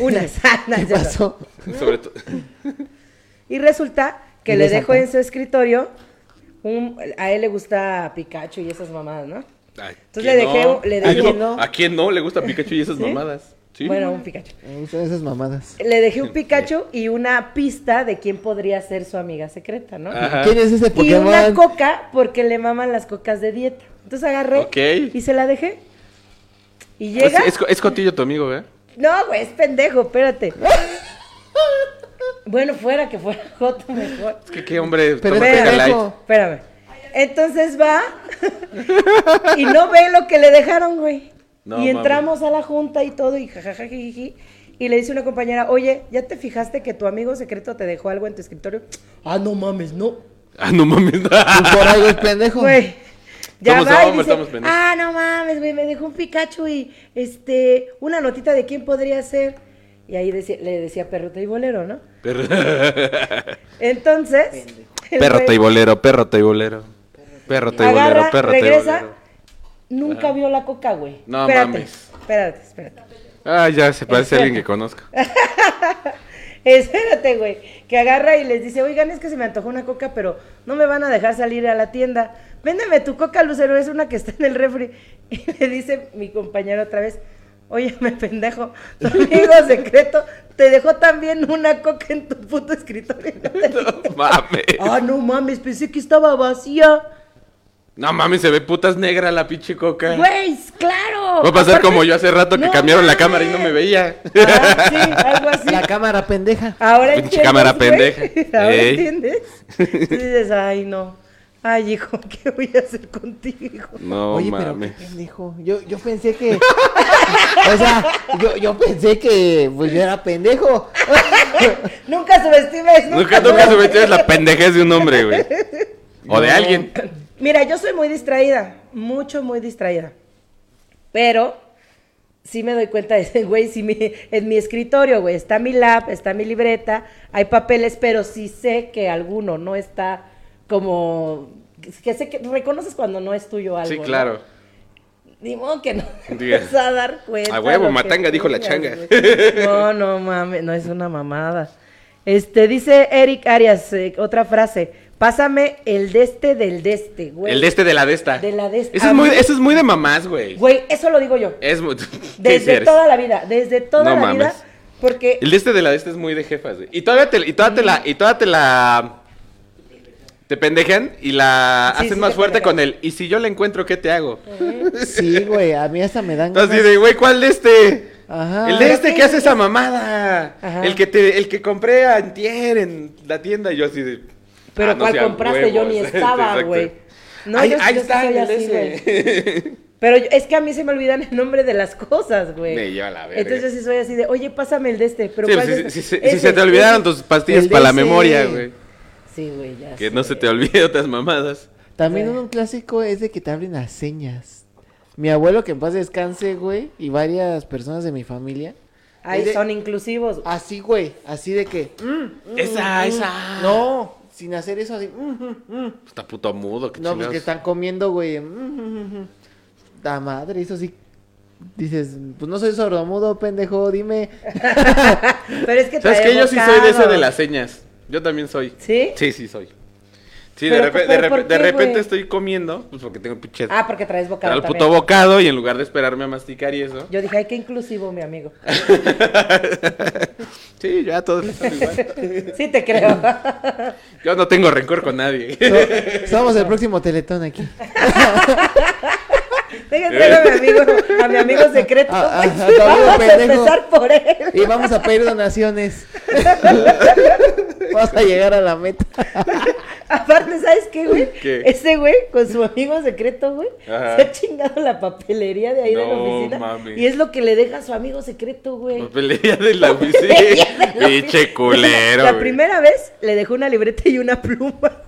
Unas. ah, no,
Eh, ¿Qué
es cierto.
pasó?
Sobre todo.
Y resulta que
Y
le
le
dejó
saca.
en su escritorio un, a él le gusta Pikachu y esas mamadas, ¿no?
Ay,
Entonces
¿quién
le dejé un- le dejé
¿A quién
uno.
¿A quién no le gusta Pikachu y esas
¿Sí?
mamadas? Sí.
Bueno, un Pikachu.
Eh, Son esas mamadas.
Le dejé un Pikachu y una pista de quién podría ser su amiga secreta, ¿no?
Ajá.
¿Quién es ese
Y
Pokémon?
una coca porque le maman las cocas de dieta. Entonces agarré
Ok.
y se la dejé. Y
Es,
llega.
es co- es cotillo tu amigo, ¿eh? ¿verdad?
No, güey, es pendejo, espérate. bueno, fuera que fuera Joto mejor.
Es que qué hombre.
Pero
toma
es
Teca Light.
pendejo.
Espérame. Entonces va y no ve lo que le dejaron, güey.
No,
y entramos a la junta y todo, y jajajajiji. Y le dice una compañera, oye, ¿ya te fijaste que tu amigo secreto te dejó algo en tu escritorio? Ah, no mames, no.
Ah, no mames.
Pues Por algo es pendejo.
Güey. Ya
Somos
va y
hombres,
dice,
estamos pendejos.
ah, no mames, güey, me dejó un Pikachu y este, una notita de quién podría ser. Y ahí decía- le decía perrota y bolero, ¿no? Entonces, el
Perro
güey-
teibolero, perro teibolero. Perro
Agarra,
teibolero, perro
regresa.
teibolero.
Nunca vio la coca, güey.
No
espérate,
mames.
Espérate, espérate.
Ah, ya se parece a alguien que conozco.
Espérate, güey. Que agarra y les dice, oigan, es que se me antojó una coca, pero no me van a dejar salir a la tienda. Véndeme tu coca, Lucero, es una que está en el refri. Y le dice mi compañero otra vez, oye, me pendejo, tu amigo secreto te dejó también una coca en tu puto escritorio.
No mames.
Ah, no mames, pensé que estaba vacía.
No mames, se ve putas negra la pinche coca.
Güey, claro.
Va a pasar
Aparte-
como yo hace rato que
No
cambiaron la
mames.
cámara y no me veía.
Ah, sí, algo así.
La cámara pendeja.
Ahora
Pinche
entiendes,
cámara
güey.
pendeja.
Ahora
Ey.
entiendes. Tú dices, ay, no. Ay, hijo, ¿qué voy a hacer contigo?
No
Oye, pero qué
mames.
pendejo. Yo, yo pensé que. o sea, yo, yo pensé que pues yo era pendejo.
Nunca subestimes.
Nunca, nunca subestimes la pendejez de un hombre, güey. O de
No.
alguien.
Mira, yo soy muy distraída. Mucho, muy distraída. Pero sí me doy cuenta de ese güey. Si mi, en mi escritorio, güey, está mi lap, está mi libreta, hay papeles, pero sí sé que alguno no está como. Que sé que reconoces cuando no es tuyo algo.
Sí,
¿no?
claro.
Ni modo que no
Diga.
te vas a dar cuenta.
A huevo,
lo que
matanga, dijo la
tengas,
changa.
güey. No, no mames, no es una mamada. Este, dice Eric Arias, eh, otra frase. Pásame el deste del deste, güey.
El de este de la de esta.
De la de esta. Ah,
Eso es muy, eso es muy de mamás, güey.
Güey, eso lo digo yo.
Es muy... ¿Qué
Desde
eres?
toda la vida, desde toda
No
la
mames.
vida. Porque
El de este de la de este es muy de jefas, güey. Y todavía te, y todavía te la, y todavía te la. Te pendejan y la
Sí,
hacen
sí
más
te
fuerte
pendejan.
con él. Y si yo la encuentro, ¿qué te hago?
Sí, güey, a mí hasta me dan.
Entonces
ganas.
dice, güey, ¿cuál de este?
Ajá.
El de
¿Pero
este
qué
que hace
es?
esa mamada.
Ajá.
El que te, el que compré antier en la tienda y yo así de.
Pero
"Ah, no
cuál
sean
compraste, yo
huevos".
ni
Este,
estaba,
exacto.
güey. No,
ahí
yo,
ahí
yo sí
está
soy
el
así, güey.
ese.
Pero yo- es que a mí se me olvidan el nombre de las cosas, güey.
Me lleva la verga.
Entonces yo sí soy así de, oye, pásame el de este. Pero
Sí,
¿cuál
pues,
es?
si, si- si
Ese,
se te olvidaron
ese.
tus pastillas
El
para la
DC.
memoria, güey.
Sí, güey, ya.
Que
sé.
no se te olvide otras mamadas.
También
Sí.
un clásico es de que te hablen las señas. Mi abuelo, que en paz descanse, güey, y varias personas de mi familia.
Ahí
es de-
son inclusivos. güey.
Así, güey, así de que. mm, mm,
Esa,
mm,
esa.
No, sin hacer eso así. mm, mm, mm.
Está puto mudo. qué
No, pues que
chingados.
están comiendo, güey. mm, mm, mm. La madre, eso sí. Dices, pues no soy sordomudo, pendejo, dime.
Pero es que
¿Sabes
trae
qué? Yo sí soy de ese
bocado.
de las señas. Yo también soy.
¿Sí?
Sí, sí soy. Sí, de,
Pero,
repe-
¿por-
de, repe-
por
de
qué,
repente
güey?
estoy comiendo, pues porque tengo pinche...
Ah, porque traes bocado
al
también.
puto bocado y en lugar de esperarme a masticar y eso.
Yo dije, ay, qué inclusivo, mi amigo.
Sí, ya todos están igual.
Sí te creo.
Yo no tengo rencor con nadie.
So- Somos el próximo teletón aquí.
Eh.
Déjate a mi amigo, a mi amigo secreto.
Ah, ah, ah,
Vamos a
pendejo.
empezar por él.
Y vamos a pedir donaciones. Vamos a llegar a la meta.
Aparte, ¿sabes qué, güey?
¿Qué?
Ese güey, con su amigo secreto, güey,
Ajá.
se ha chingado la papelería de ahí de la
No
oficina.
mames.
Y es lo que le deja a su amigo secreto, güey.
Papelería de la oficina. Pinche culero.
La
güey.
primera vez le dejó una libreta y una pluma.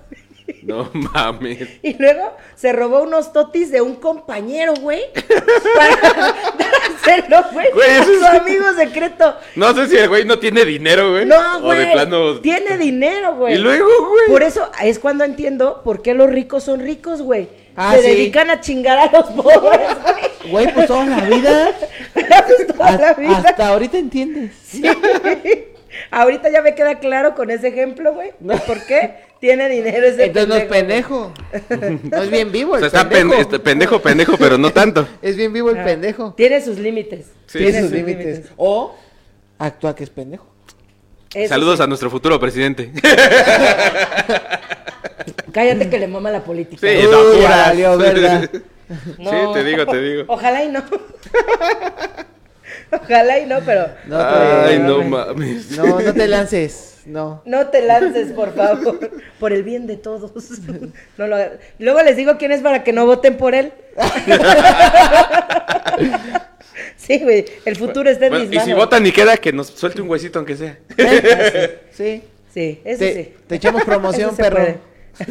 No mames.
Y luego se robó unos totis de un compañero, güey. Para dárselo, güey.
Güey,
a
eso es-
su amigo secreto.
No sé si el güey no tiene dinero, güey.
No,
O
güey.
de plano.
Tiene dinero, güey.
Y luego, güey.
Por eso es cuando entiendo por qué los ricos son ricos, güey.
Ah,
Se
sí.
dedican a chingar a los pobres, güey.
Güey, pues toda la vida.
Pues, toda la
ha-
vida.
Hasta ahorita entiendes.
Sí. Ahorita ya me queda claro con ese ejemplo, güey. de ¿Por qué tiene dinero ese
Entonces no es
pendejo,
pendejo. No es bien vivo
O
el
sea, está este,
pendejo.
pendejo. pendejo, pendejo, pero no tanto.
Es bien vivo el
güey? Ah.
pendejo.
Tiene sus límites.
Ah. Sí.
Tiene
Tiene
sus límites. O actúa que es pendejo.
Eso
Saludos
sí.
a nuestro futuro presidente.
Cállate que le mama la política.
Sí,
Uy,
no,
ya
puras.
valió, ¿verdad?
No.
Sí, te digo, te digo.
Ojalá y no. Ojalá y no, pero
No te,
Ay, no
mames.
mames.
no, no te lances. No.
no te lances, por favor. Por el bien de todos. No lo hagas. Luego les digo quién es para que no voten por él. Sí, güey. El futuro está en
Bueno,
mis
y
manos.
si votan y queda que nos suelte un huesito aunque sea.
Sí.
Sí, eso
Te,
sí.
te echamos promoción,
Eso se
perro.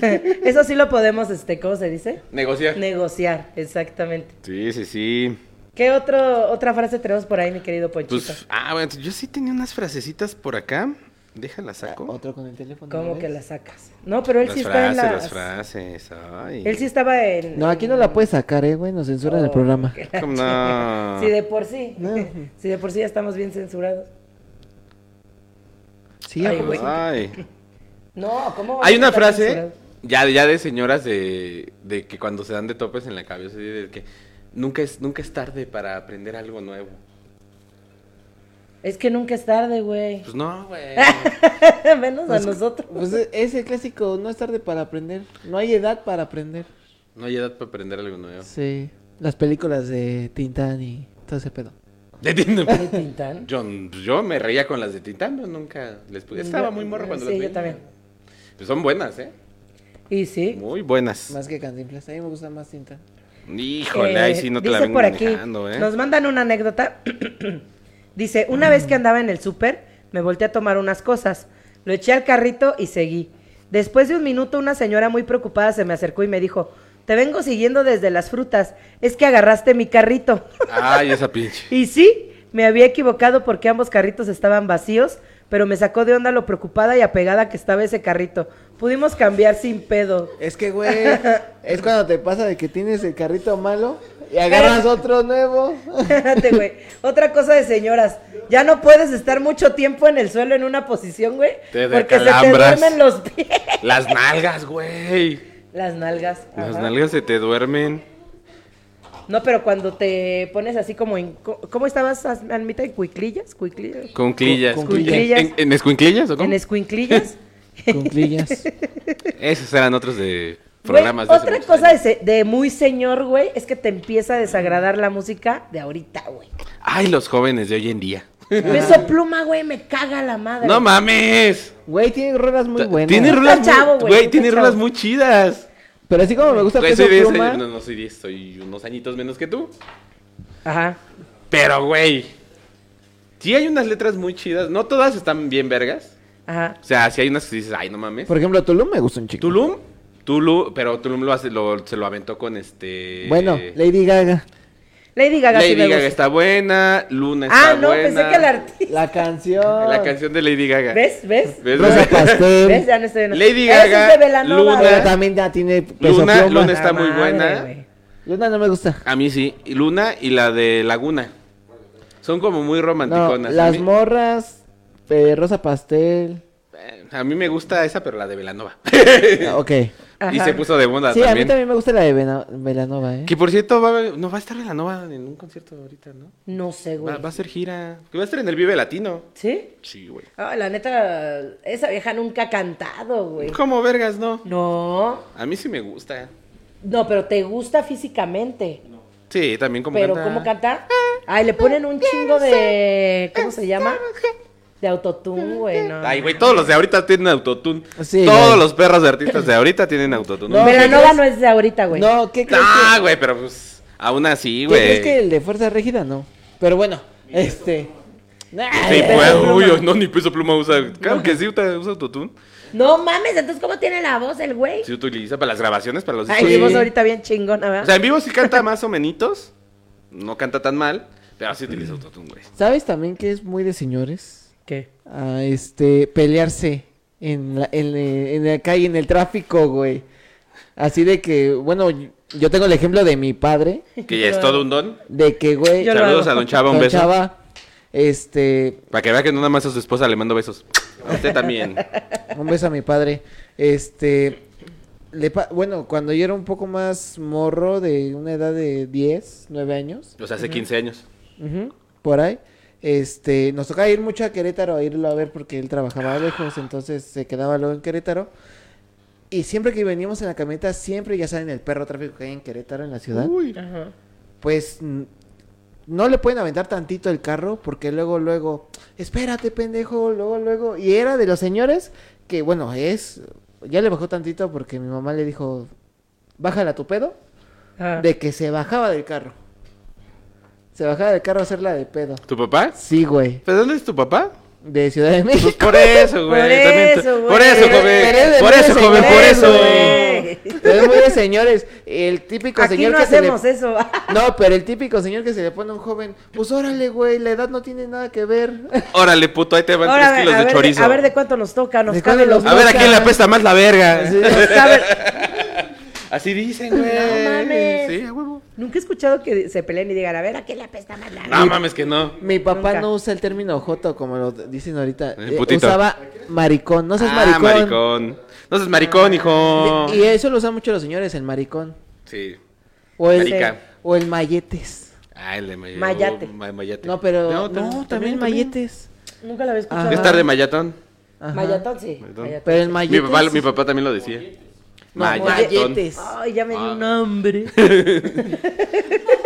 puede. Eso sí lo podemos, este, ¿cómo se dice?
Negociar.
Negociar, exactamente.
Sí, sí, sí.
¿Qué otro, otra frase tenemos por ahí, mi querido Ponchito?
Pues, ah, bueno, yo sí tenía unas frasecitas por acá. Déjala, saco.
Otro con el teléfono.
¿Cómo
¿ves?
que la sacas? No, pero Ah, él
Las
sí está en
frases,
la...
las frases. Ay.
Él sí estaba en...
No, aquí no la puedes sacar, eh, güey. Nos censuran el
Oh,
programa.
que
¿Cómo no?
Si de por Mm. sí.
No.
Si de por sí ya estamos bien censurados.
Sí,
Ay,
a huevo.
güey.
Ay.
No, ¿cómo? vas
Hay
a
una
estar
frase
censurado?
ya, ya de señoras de, de que cuando se dan de topes en la cabeza, de que nunca es, nunca es tarde para aprender algo nuevo.
Es que nunca es tarde, güey.
Pues no, güey.
Menos a nosotros.
Pues e- es el clásico, no es tarde para aprender. No hay edad para aprender.
No hay edad para aprender algo nuevo.
Sí. Las películas de Tintán y todo ese pedo.
De Tinder.
¿De Tintán?
Yo, pues yo me reía con las de Tintán, pero nunca les pude. Estaba
Yo-
muy morro cuando
sí,
las
yo
veía.
también.
Pues son buenas, ¿eh?
Y sí.
Muy buenas.
Más que Cantinflas. A mí me gusta más Tintán.
Híjole,
Eh,
ahí sí no te la
dice
vengo
por aquí,
manejando, ¿eh?
Nos mandan una anécdota. dice, una vez que
Mm.
andaba en el súper, me volteé a tomar unas cosas. Lo eché al carrito y seguí. Después de un minuto, una señora muy preocupada se me acercó y me dijo, te vengo siguiendo desde las frutas, es que agarraste mi carrito.
Ay, esa pinche.
y sí, me había equivocado porque ambos carritos estaban vacíos, pero me sacó de onda lo preocupada y apegada que estaba ese carrito. Pudimos cambiar sin pedo.
Es que, güey, es cuando te pasa de que tienes el carrito malo y agarras otro nuevo.
Espérate, güey. Otra cosa de señoras. Ya no puedes estar mucho tiempo en el suelo en una posición, güey.
Te
Porque se te
descalabras.
duermen los pies.
Las nalgas, güey.
Las nalgas.
Las
ajá.
nalgas se te duermen.
No, pero cuando te pones así como en. co- ¿Cómo estabas, Almita? ¿En cuiclillas? ¿Cuiclillas?
Con clillas.
Con
clillas.
¿En, en escuinclillas o cómo?
¿En escuinclillas?
Con clillas.
Esos eran otros de
Güey,
programas. de ¿eh? hace
otra
muchos
cosa de,
años.
se- de muy señor, güey, es que te empieza a desagradar la música de ahorita, güey.
Ay, los jóvenes de hoy en día.
Beso pluma, güey, me caga la madre.
No mames.
Güey, tiene rolas muy
Ta-
buenas.
Tiene
Está
rolas, muy-
chavo, güey,
güey,
está
tiene
chavo.
rolas muy chidas.
Pero así como me gusta
Güey,
Peso
soy diez
Pluma.
años- no, no soy 10, soy unos añitos menos que tú.
Ajá.
Pero, güey, sí hay unas letras muy chidas. No todas están bien vergas.
Ajá.
O sea, sí hay unas que dices, ay, no mames.
Por ejemplo, Tulum me gusta un chico.
Tulum, Tulum, pero Tulum lo hace, lo- se lo aventó con este...
Eh, Bueno, Lady Gaga.
Lady Gaga sí
Lady
me
Gaga
gusta.
está buena, Luna está
Ah,
buena.
no, pensé que el artista.
La canción.
La canción de Lady Gaga.
¿Ves? ¿Ves?
¿Ves?
Rosa
¿Ves?
Pastel.
Ya no estoy en-
Em, Lady
Eres un
Gaga,
bebé la nova,
Luna-
güey.
Pero también ya tiene Peso
Luna-
Pluma.
Luna está-
La
muy buena.
güey.
Luna no me gusta.
A mí sí, y Luna y la de Laguna. Son como muy
No,
romanticonas. a,
las
mí,
morras. eh, Rosa Pastel.
eh, a mí me gusta esa, pero la de Velanova.
Ah, ok.
y
Ajá.
se puso de moda
Sí, a mí
también.
también me gusta la de Vena- Velanova, ¿eh?
Que por cierto, va a- no va a estar Velanova en un concierto ahorita, ¿no?
No sé, güey.
Va, va a ser gira. Que va a estar en el Vive Latino.
¿Sí?
Sí, güey.
Ah, la neta, esa vieja nunca ha cantado, güey.
Como vergas, no?
No.
A mí sí me gusta.
No, pero te gusta físicamente.
Sí, también como
pero
canta.
¿cómo canta? Ay, le ponen un chingo de. ¿Cómo se llama? De autotune, güey. No.
Ay, güey, todos los de ahorita tienen autotune.
Sí,
todos
güey.
los perros de artistas de ahorita tienen autotune.
No,
Pero
¿qué
no,
crees?
no es de ahorita, güey.
No, ¿qué crees?
Ah,
que-
güey, pero pues aún así,
¿Qué
güey.
crees que el de Fuerza Régida no? Pero bueno, este.
Sí,
Ay,
pues,
pero-
uy, no, ni peso pluma usa. Claro que sí usa usa autotune.
No mames, entonces, ¿cómo tiene la voz el güey?
Sí utiliza para las grabaciones, para los
Ay,
discos.
sí.
vimos ahorita bien chingona, ¿verdad?
O sea, en vivo sí canta más o menitos. No canta tan mal, pero sí utiliza autotune, güey.
¿Sabes también que es muy de señores?
¿Qué?
Ah, este, pelearse en la, en, eh, en la calle, en el tráfico, güey. Así de que, bueno, yo tengo el ejemplo de mi padre,
Que ya es todo un don.
de que, güey.
Yo lo
Saludos
hago.
a Don Chava, un
Don
beso.
Chava, este,
Para que vea que no nada más a su esposa le mando besos. A usted también.
Un beso a mi padre. Este. le pa- bueno, cuando yo era un poco más morro, de una edad de 10, 9 años,
O sea, hace 15 años.
ujú, por ahí, este, nos tocaba ir mucho a Querétaro a irlo a ver porque él trabajaba lejos, entonces se quedaba luego en Querétaro. Y siempre que veníamos en la camioneta, siempre, ya saben, el perro tráfico que hay en Querétaro, en la ciudad,
Ajá.
pues mm, no le pueden aventar tantito el carro porque luego, luego, espérate, pendejo, luego, luego. Y era de los señores que, bueno, es, ya le bajó tantito porque mi mamá le dijo, bájala tu pedo,
Ah.
de que se bajaba del carro. Se bajaba del carro a hacerla de pedo.
¿Tu papá?
Sí, güey,
¿Pero dónde es tu papá?
de Ciudad de
Pues
México.
por eso, güey.
Por
también
eso,
tú-
güey.
Pues, Por eso,
Pero- pero es
joven.
de
Por eso,
miles
joven, por
señores,
eso.
güey. Pero es muy de señores, el típico
Aquí
señor
no
que se le-
hacemos eso.
No, pero el típico señor que se le pone a un joven, pues órale, güey, la edad no tiene nada que ver.
Órale, puto, ahí te van
Ahora, a
3
ver,
kilos
a
de
ver,
chorizo.
a ver de cuánto nos toca, nos
¿De
caben
cuánto
los
nos
A ver,
toca?
¿a quién le apesta más la verga?
Así-
nos caben-
Así dicen, güey.
No mames.
Sí, a huevo.
Nunca he escuchado que se peleen y digan, a ver, ¿a qué le apesta más la
No mames que no.
Mi papá
Nunca.
no usa el término joto como lo dicen ahorita.
El
Eh,
putito.
usaba maricón, no seas
ah,
maricón.
maricón. No seas maricón, hijo.
Y eso lo usan mucho los señores, el maricón.
Sí.
O el,
Marica.
o el mayetes.
Ah, el de May-
Mayate.
oh, Ma- Mayate.
No, pero. No,
tam-
también, mayetes.
Nunca la había escuchado.
Ajá.
Es tarde, Mayatón.
Ajá.
Mayatón, sí.
Mayatón.
Mayatón.
Pero el
Mi
mayetes.
papá, mi papá también lo decía.
No,
Mayatón.
mayetes.
Ay, ya me dio
Ah.
un hambre.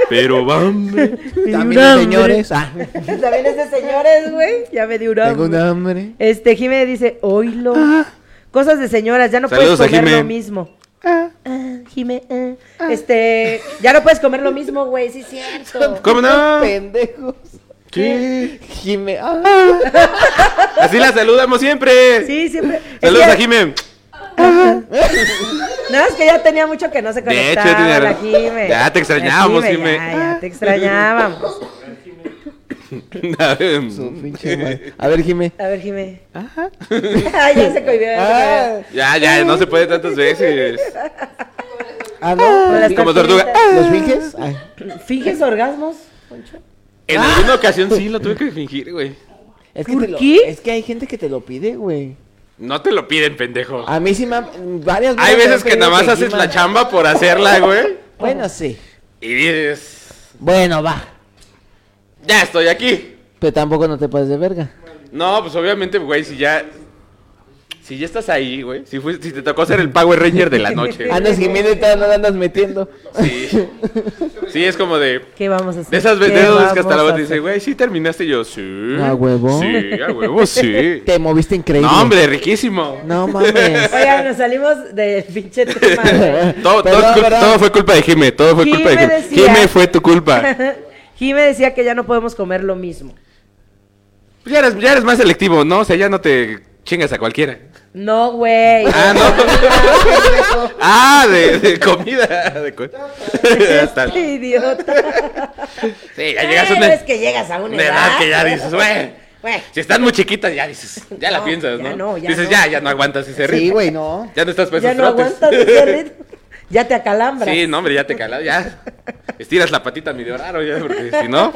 Pero vamos.
También los señores. Ah,
También es de señores, güey. Ya me dio un hambre.
tengo Ah. un hambre.
Este, Jime dice, oílo. Cosas de señoras, ya no
Saludos a
puedes comer
Jime.
lo mismo. Ah, Jime, ah. Este, ya no puedes comer lo mismo, güey, sí es cierto.
¿Cómo no?
Pendejos.
¿Qué?
Jime. ah.
Así la saludamos siempre.
Sí, siempre. Es
Saludos
que-
a Jimé.
No, es que ya tenía mucho que no se
De hecho,
conectaba
ya tenía
la
rato.
Jime.
Ya te extrañábamos,
La
Jime.
Ya, ya te extrañábamos.
Su pinche madre. A ver, Jime.
A ver, Jime. Ay, ya se cohibió. ya
Ah,
se cohibió.
ya, ya, no se puede tantas veces.
ah, no.
Con las
Como tortuga.
tortuguitas.
¿Los finges? Ah, Ay.
¿Finges orgasmos, Poncho?
En
Ah.
alguna ocasión sí lo tuve que fingir, güey.
Es que
¿Por
te lo-
qué?
es que hay gente que te lo pide, güey.
No te lo piden, pendejo.
A mí sí me han- varias
Hay
me han
veces que
pedido
nada más haces
Jimmy-
la chamba por hacerla, güey.
Bueno, sí.
Y dices,
Bueno, va.
ya estoy aquí.
Pero tampoco no te pases de verga.
No, pues obviamente, güey, si ya. Si Si ya estás ahí, güey. Si, fuiste- si te tocó ser el Power Ranger de la noche. güey.
Andas gimiendo y todavía no la andas metiendo.
Sí. Sí, es como de.
¿Qué vamos a hacer?
De esas
¿Qué
veces
vamos
que hasta la
a
banda dice,
hacer?
güey, sí terminaste. Y yo, sí.
A huevo.
Sí, a huevo, sí.
Te moviste increíble.
No, hombre, riquísimo.
No mames.
Oigan, nos salimos del pinche tema. güey.
Todo, todo
Perdón,
es cul-
perdón.
todo fue culpa de Jime, todo fue culpa de
Jime
Jime.
decía-
Jime fue tu culpa.
Jime decía que ya no podemos comer lo mismo.
Ya eres, ya eres más selectivo, ¿no? O sea, ya no te chingas a cualquiera.
No, güey.
Ah, no. ah, de, de comida. de co- Hasta-
Este idiota.
sí, ya llegas a
Bueno,
una,
es que llegas a una
una edad que ya dices, güey.
Güey.
Si estás muy chiquita, ya dices, ya la
No,
piensas, ¿no?
ya no, ya
dices,
no.
ya, ya no aguantas ese ritmo.
Sí, güey, no.
Ya no estás para
Ya
esos
no
trotes.
aguantas ese ritmo. Ya te acalambras.
Sí, no, hombre, ya te calas, ya. Estiras la patita medio raro, ya, porque si no.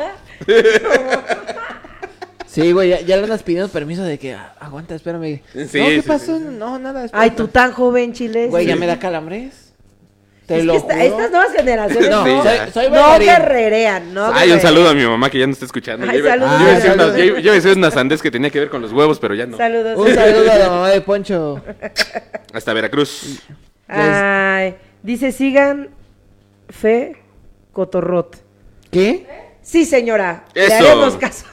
Sí, güey, ya, ya le andas pidiendo permiso de que ah, aguanta, espérame. no,
Sí,
¿qué
sí,
pasó? No, nada. espérame.
Ay, tú tan joven, chiles.
Güey, ya
Sí.
me da calambres. Te
Es que
lo
esta-
juro.
estas nuevas generaciones
No,
no,
Sí,
soy, soy
no
bailarín.
guerrerean, no
Ay, un
guerrerean.
saludo a mi mamá que ya no está escuchando.
Ay,
yo, iba-
saludos.
yo iba a decir
Ah,
unas-
saludos.
yo- yo iba a decir unas sandez que tenía que ver con los huevos, pero ya no.
Saludos.
Un saludo a la mamá de Poncho.
Hasta Veracruz.
Ay, dice, sigan Fe Cotorrot.
¿Qué?
Sí, señora.
Eso.
Le haremos caso.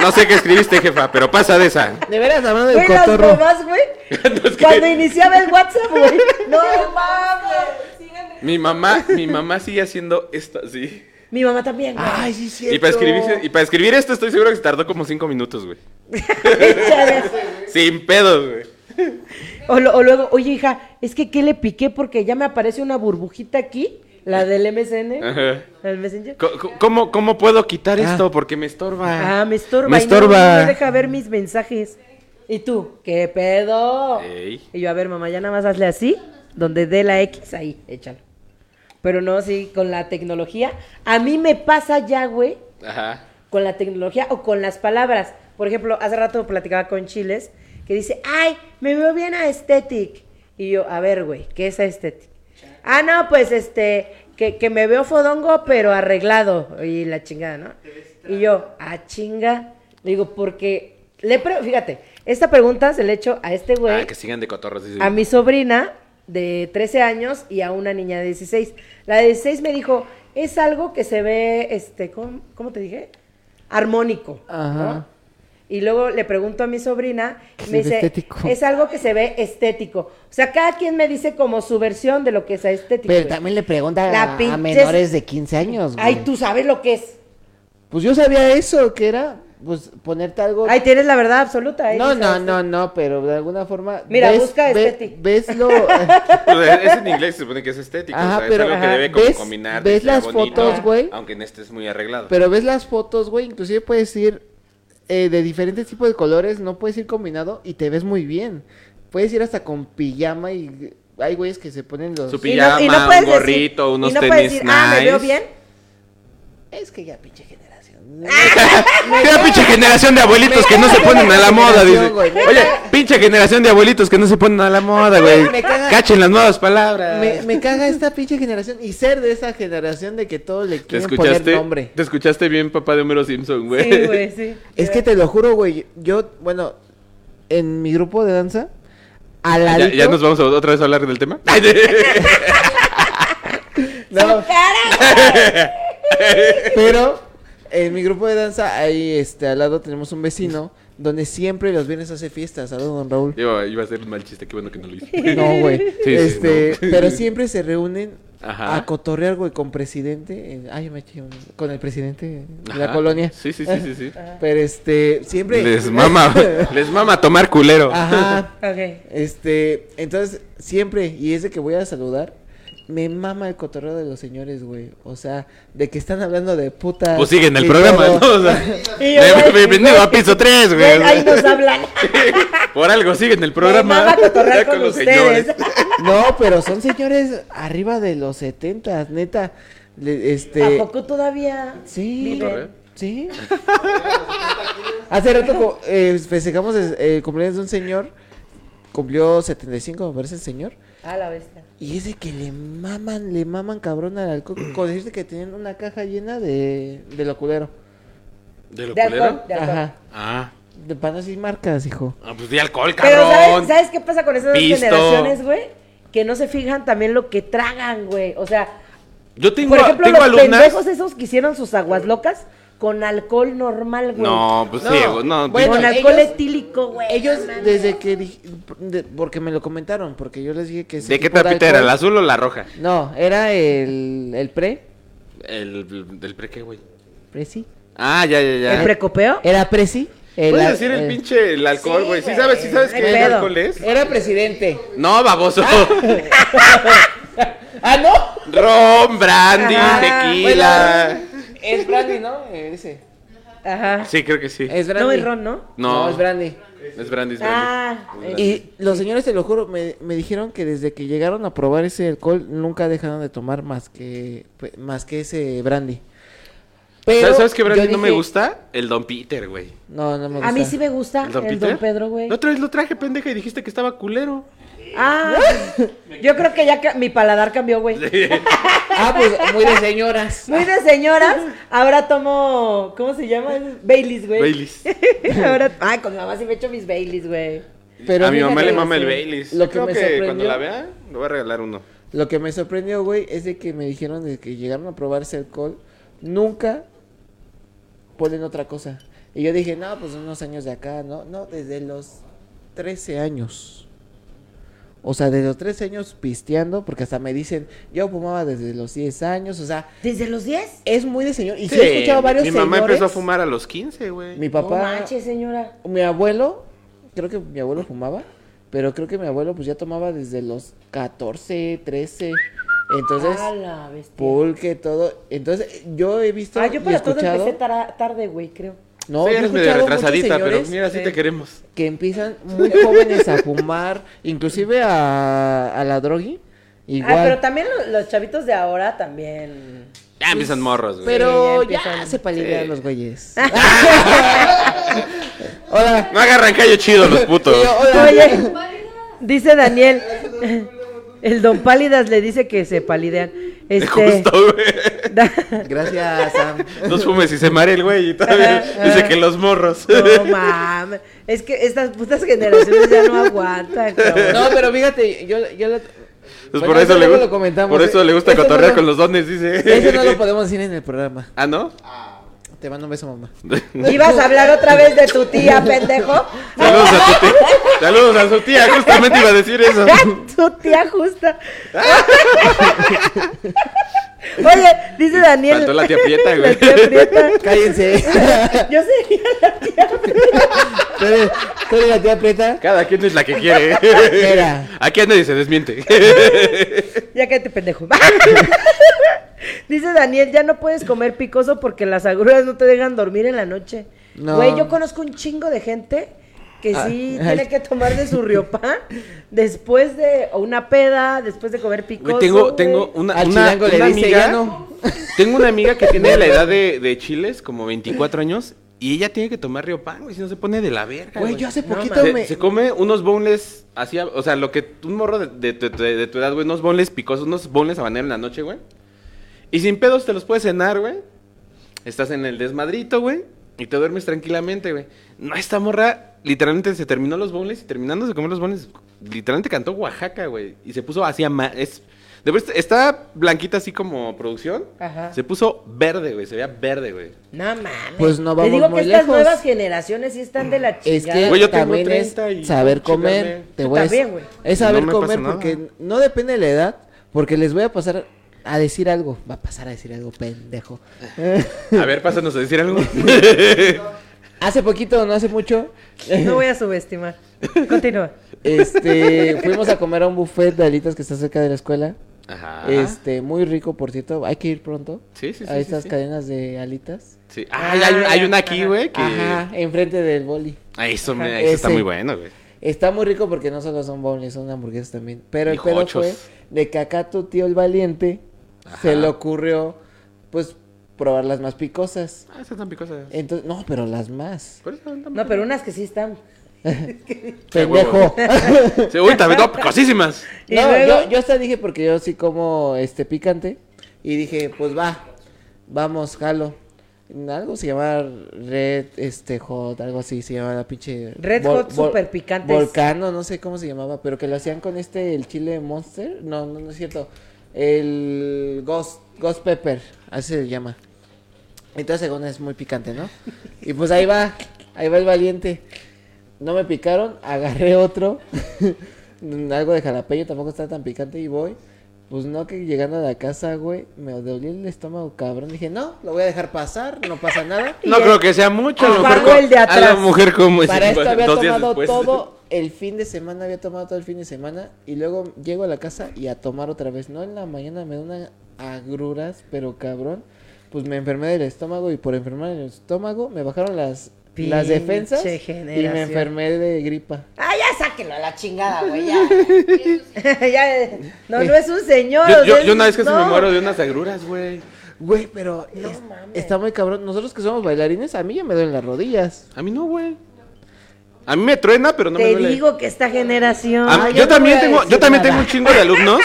No sé qué escribiste, jefa, pero pasa de esa.
De veras, hablando del
Güey, las
cotorro.
mamás, güey.
No, es que-
Cuando iniciaba el WhatsApp, güey. No mames.
Mi mamá, mi mamá sigue haciendo esto así.
Mi mamá también, güey.
Ay, sí, sí.
Y para, escribir, y para escribir esto estoy seguro que se tardó como cinco minutos, güey.
Chales.
Sin pedos, güey.
O, lo- o luego, oye, hija, es que ¿qué le piqué? Porque ya me aparece una burbujita aquí, la del MSN,
Ajá.
el Messenger.
Co- co- ¿Cómo, cómo puedo quitar
Ah.
esto? Porque me estorba.
Ah, me estorba.
Me
y no-
estorba.
No, me deja ver mis mensajes. ¿Y tú? ¿Qué pedo?
Ey.
Y yo, a ver, mamá, ya nada más hazle así, donde dé la X, ahí, échalo. Pero no, sí, con la tecnología. A mí me pasa ya, güey,
Ajá.
con la tecnología o con las palabras. Por ejemplo, hace rato platicaba con Chiles que dice, ay, me veo bien aesthetic. Y yo, a ver, güey, ¿qué es aesthetic? Ah, no, pues este, que, que me veo fodongo, pero arreglado. Y la chingada, ¿no? Y yo, ah, chinga. Digo, porque, le pre- fíjate, esta pregunta se le he hecho a este güey
Ah, que sigan de cotorros. sí, sí.
a mi sobrina de 13 años y a una niña de 16. La de 16 me dijo, es algo que se ve, este, ¿cómo, cómo te dije? Armónico.
Ajá.
¿no? Y luego le pregunto a mi sobrina,
Que
y
se
me
ve
dice,
estético.
es algo que se ve estético. O sea, cada quien me dice como su versión de lo que es estético.
Pero
güey.
también le pregunta
La
a,
pinches-
a menores de 15 años, güey.
Ay, tú sabes lo que es.
Pues yo sabía eso, que era pues ponerte algo.
Ay, tienes la verdad absoluta. ¿eh?
no, no,
¿Sabes?
no, no, pero de alguna forma.
Mira, busca estética.
Ves lo.
Pues, es en inglés, se supone que es estético.
Ajá,
o sea,
pero,
es algo que
ajá,
debe como
¿ves-
combinar.
ves
que sea
las fotos, güey?
Aunque en este es muy arreglado.
pero ves las fotos, güey. Inclusive puedes ir eh, de diferentes tipos de colores. No puedes ir combinado y te ves muy bien. Puedes ir hasta con pijama y. Hay güeyes que se ponen los.
Su pi-
Y no- y no
Pijama,
puedes
un
decir-
gorrito, unos
y no puedes
tenis
decir, Ah, me veo
nice".
bien.
Es que ya, pinche generación.
Mira, pinche generación de abuelitos que no se ponen a la moda, dice. Oye, pinche generación de abuelitos que no se ponen a la moda, güey.
Me caga.
Cachen las nuevas palabras.
Me, me caga esta pinche generación y ser de esa generación de que todo le
¿Te
quieren poner
escuchaste?
nombre.
Te escuchaste bien, papá de Homero Simpson, güey.
Sí, güey, sí.
Es que te lo juro, güey. Yo, bueno, en mi grupo de danza, al
¿Ya,
ladito...
ya nos vamos a- otra vez a hablar del tema? Ay,
No,
¡Cara!
pero en mi grupo de danza, ahí este, al lado tenemos un vecino donde siempre los viernes hace fiestas. Saludos, don Raúl.
Iba, iba a ser un mal chiste, qué bueno que no lo hice.
No, güey.
sí,
este,
no.
pero siempre se reúnen
Ajá.
a cotorrear, güey, con presidente. en- ay, me eché un- con el presidente de la
Ajá.
colonia.
Sí, sí, sí, sí, sí.
Pero este, siempre.
Les mama, les mama tomar culero.
Ajá.
Ok.
Este, entonces, siempre, y es de que voy a saludar, me mama el cotorreo de los señores, güey. O sea, de que están hablando de puta.
Pues siguen el programa, ¿no? O sea,
Y yo,
de-
güey,
bienvenido
güey,
a piso 3, güey.
Ven, ahí nos hablan.
Por algo siguen el
Me
programa.
mama
Ya
cotorrear con ustedes.
No, pero son señores arriba de los setentas, neta. Le-
¿A
este.
poco todavía?
Sí.
¿Cotorreo?
Sí. Hace rato co- eh, festejamos el, el cumpleaños de un señor. Cumplió 75, me parece el señor.
A la bestia.
Y ese que le maman, le maman cabrón al alcohol. Con decirte que tienen una caja llena de, de lo culero.
¿De lo
De alcohol,
culero?
de alcohol.
Ajá.
Ah.
De para no decir marcas, hijo.
Ah, pues di alcohol,
Pero
cabrón.
¿sabes, ¿sabes qué pasa con esas dos
Pisto.
generaciones, güey? Que no se fijan también lo que tragan, güey. O sea,
Yo tengo,
por ejemplo,
tengo
los
alumnas.
pendejos esos que hicieron sus aguas locas con alcohol normal, güey.
No, pues
No,
sí, güey, no.
bueno,
pinche-
con alcohol
ellos-
etílico, güey.
Ellos
no mames.
desde que dij- de- porque me lo comentaron, porque yo les dije que ese
¿De qué
tipo
tapita era?
alcohol-
¿La azul o la roja?
No, era el el pre,
El, ¿Del pre qué, güey?
presi.
Ah, ya, ya,
¿El
ya.
precopeo?
Era presi. el-
¿Puedes decir el
el-
pinche el alcohol,
Sí,
güey? Sí,
güey,
sabes, sí sabes
no hay
qué
pedo.
alcohol es.
Era presidente.
No, baboso.
Ah, no.
Ron, brandy,
Ajá.
tequila.
Es brandy, ¿no? Ese.
Ajá.
Sí, creo que sí.
Es brandy.
No, es ron, ¿no?
No.
es brandy.
Es brandy, es brandy.
Ah,
Es
eh.
brandy.
Y los señores, te lo juro, me, me dijeron que desde que llegaron a probar ese alcohol nunca dejaron de tomar más que pues, más que ese brandy. Pero
¿Sabes, sabes qué brandy
yo
no me
dije-
gusta? El Don Peter, güey.
No, no me gusta.
A mí sí me gusta
¿El
el
Don
Don,
Peter?
Pedro, güey.
La otra vez lo traje, pendeja, y dijiste que estaba culero.
Ah, yo creo que ya ca- mi paladar cambió, güey.
Ah, pues muy de señoras.
Muy de señoras, ahora tomo, ¿cómo se llama? Baileys, güey.
Baileys.
ahora, ay, con mi mamá sí me echo mis Baileys, güey.
Pero
a mi
mira
mamá
que
le mama el
sí.
Baileys.
Lo
Yo
que
creo
me
que
sorprendió-
cuando la vea, le voy a regalar uno.
Lo que me sorprendió, güey, es de que me dijeron de que llegaron a probar ese alcohol, nunca ponen otra cosa. Y yo dije, no, pues unos años de acá, ¿no? No, desde los 13 años. O sea, desde los 13 años pisteando, porque hasta me dicen, yo fumaba desde los 10 años, o sea,
¿Desde los 10?
es muy de señor. Y sí, he escuchado a varios
Mi mamá
señores,
empezó a fumar a los 15, güey.
Mi
No
papá,
manches, señora.
mi abuelo, creo que mi abuelo fumaba, pero creo que mi abuelo pues ya tomaba desde los 14, 13. Entonces,
A la bestia.
Pulque, todo. Entonces, yo he visto
Ah, yo
y
para todo
escuchado.
empecé tara- tarde, güey, creo. Ah,
No,
sí,
yo he
eres medio
escuchado muchos
retrasadita, pero
señores
mira, sí
sí.
te queremos.
que empiezan muy jóvenes a fumar, inclusive a, a la drogui. Igual.
Ah, pero también lo- los chavitos de ahora también.
Ya empiezan morros, güey.
Pero
Sí, ya
ya,
empiezan.
se palidean
Sí.
los güeyes. Hola.
No agarran callo chido los putos.
Yo, hola.
Oye, dice Daniel. El don Pálidas le dice que se palidean. Este,
Justo, güey.
da-
Gracias, Sam.
Dos fumes y se marea el güey y todavía
Ajá,
dice
ajá.
que los morros.
No mames. Es que estas putas generaciones ya no aguantan, cabrón.
No, pero fíjate, yo, yo lo-
Pues
Bueno,
por eso, le
luego
gusta,
lo comentamos,
por
¿eh?
eso le gusta
Eso no
cotorrear
lo-
con los dones, dice.
Eso no lo podemos decir en el programa.
Ah, ¿no?
Te mando un beso, mamá.
¿Ibas a hablar otra vez de tu tía, pendejo?
Saludos a su tía. Saludos a su tía, justamente iba a decir eso.
Ah, tu tía justa. Oye, dice Daniel.
Faltó la tía Prieta, güey.
La tía Prieta.
Cállense.
Yo sería la tía Prieta.
¿Tú eres, tú eres la tía Preta?
Cada quien es la que quiere.
Mira.
Aquí anda y se desmiente.
Ya cállate, pendejo. Dice Daniel, ya no puedes comer picoso porque las agruras no te dejan dormir en la noche.
No.
Güey, yo conozco un chingo de gente que
Ah,
sí
ay.
tiene que tomar de su riopan después de o una peda, después de comer picoso.
Güey, tengo,
güey.
tengo una,
Al
una,
chilango le
una
dice,
amiga.
"Ya no".
Tengo una amiga que tiene la edad de, de Chiles, como 24 años, y ella tiene que tomar Riopan, güey, si no se pone de la verga.
Güey, yo hace
No,
poquito
se,
me...
se come unos boneless, así, o sea, lo que un morro de, de tu- de- de tu edad, güey, unos boneless picosos, unos boneless habanero en la noche, güey. Y sin pedos te los puedes cenar, güey. Estás en el desmadrito, güey, y te duermes tranquilamente, güey. No, esta morra literalmente se terminó los boneless y terminando de comer los boneless, literalmente cantó Oaxaca, güey, y se puso así a ma- es de verdad, está blanquita así como producción.
Ajá.
Se puso verde, güey. Se veía verde, güey.
No mames.
Pues no
Te
vamos
digo
muy
que estas
lejos.
nuevas generaciones sí están de la
Es
chingada.
que
Güey, yo tengo
también es
30 y-
saber
Chúgame.
comer. Te
Tú
voy a-
también, güey.
Es saber
No me pasa
comer
nada.
porque no depende de la edad. Porque les voy a pasar a decir algo. Va a pasar a decir algo, pendejo.
A ver, pásanos a decir algo.
Hace poquito, no hace mucho,
No voy a subestimar. Continúa.
este, fuimos a comer a un buffet de alitas que está cerca de la escuela.
Ajá.
Este, muy rico, por cierto. Hay que ir pronto.
Sí, sí, sí,
A
sí,
estas
sí.
cadenas de alitas.
Sí. Ay, hay, hay una aquí,
Ajá.
güey, que...
Ajá, enfrente del boli.
Ah, eso, me,
Ajá.
eso está
Ese.
muy bueno, güey.
Está muy rico porque no solo son boneless, son hamburguesas también. Pero el
Y
pedo
jochos.
fue de que acá tu tío el valiente se le ocurrió, pues, probar las más picosas.
Ah, esas tan picosas.
Entonces, no, pero las más.
Por eso tan-
Eh, No, pero unas que sí están.
Pendejo.
Sí, uy, también, no, picosísimas.
Y
no,
luego-
yo, yo hasta dije porque yo sí como este picante. Y dije, pues va, vamos, jalo. Algo se llama Red este, Hot, algo así se llama la pinche.
Red
vol-
Hot
vol-
super picantes.
Volcano, no sé cómo se llamaba, pero que lo hacían con este, el chile Monster. No, no, no es cierto. El Ghost, Ghost Pepper, así se le llama. Entonces, según es muy picante, ¿no? Y pues ahí va, ahí va el valiente. No me picaron, agarré otro. Algo de jalapeño tampoco está tan picante y voy. Pues no, que llegando a la casa, güey, me dolió el estómago, cabrón. Dije, no, lo voy a dejar pasar, no pasa nada.
No
Y
creo
el-
que sea mucho. A lo
apagó
mejor co-
el de
A la
atrás.
mujer como es-
Para esto había
Pues dos días
tomado
después.
todo el fin de semana, había tomado todo el fin de semana. Y luego llego a la casa y a tomar otra vez. No en la mañana me da unas agruras, pero cabrón. Pues me enfermé del estómago y por enfermar el estómago me bajaron las, las
Pinche
defensas y
generación.
me enfermé de gripa.
Ah, ya sáquenlo a la chingada, güey. Ya. Ya, no, no es un señor.
Yo,
o sea,
yo- yo una vez que se me
no.
muero de unas agruras, güey.
Güey, pero es- está muy cabrón. Nosotros que somos bailarines, a mí ya me duelen las rodillas.
A mí no, güey. A mí me truena, pero no me
Te
duele.
digo que esta generación.
A-
Ah, yo
yo
no
también
voy a
tengo, yo
decir
también
nada.
tengo un chingo de alumnos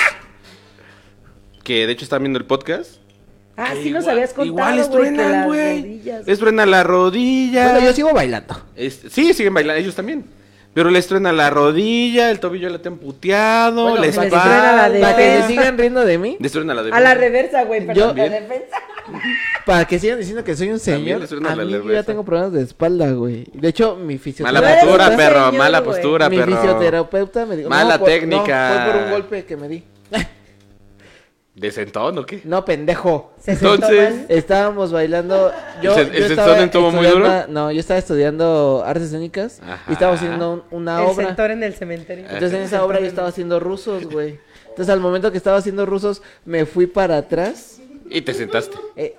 que de hecho están viendo el podcast.
ah, sí
Que
nos
igual-
habías contado.
Igual les
güey, que
truenan,
las
güey.
rodillas,
Les truena la rodilla.
Bueno, yo sigo bailando.
Es- sí, siguen bailando, ellos también. Pero les truena la rodilla, el tobillo le han puteado,
Bueno,
la
les
espalda.
truena la
Para que
defensa.
se sigan riendo de mí,
Les truena la
A la
defensa.
reversa, güey,
Yo-
perdón,
eh,
la defensa.
para que sigan diciendo que soy un señor.
les suena
A
la
mí yo ya
reversa.
tengo problemas de espalda, güey. De hecho, mi
Mala
No
fisioterapeuta...
eres
postura,
un
perro,
señor,
mala
güey.
postura,
mi
perro.
fisioterapeuta me dijo...
Mala
no, por-
técnica.
no, fue por un golpe que me di.
¿Desentón o qué?
No, pendejo.
Se sentó
Entonces-
mal.
Estábamos bailando. Yo,
¿El- el
yo
sentón estuvo muy
estudiando-
duro?
No, yo estaba estudiando artes únicas
Ajá.
y estábamos haciendo un- una
el
obra.
sector en el cementerio.
Entonces en esa obra yo estaba haciendo rusos, güey. Entonces al momento que estaba haciendo rusos, me fui para atrás.
Y te sentaste.
Eh,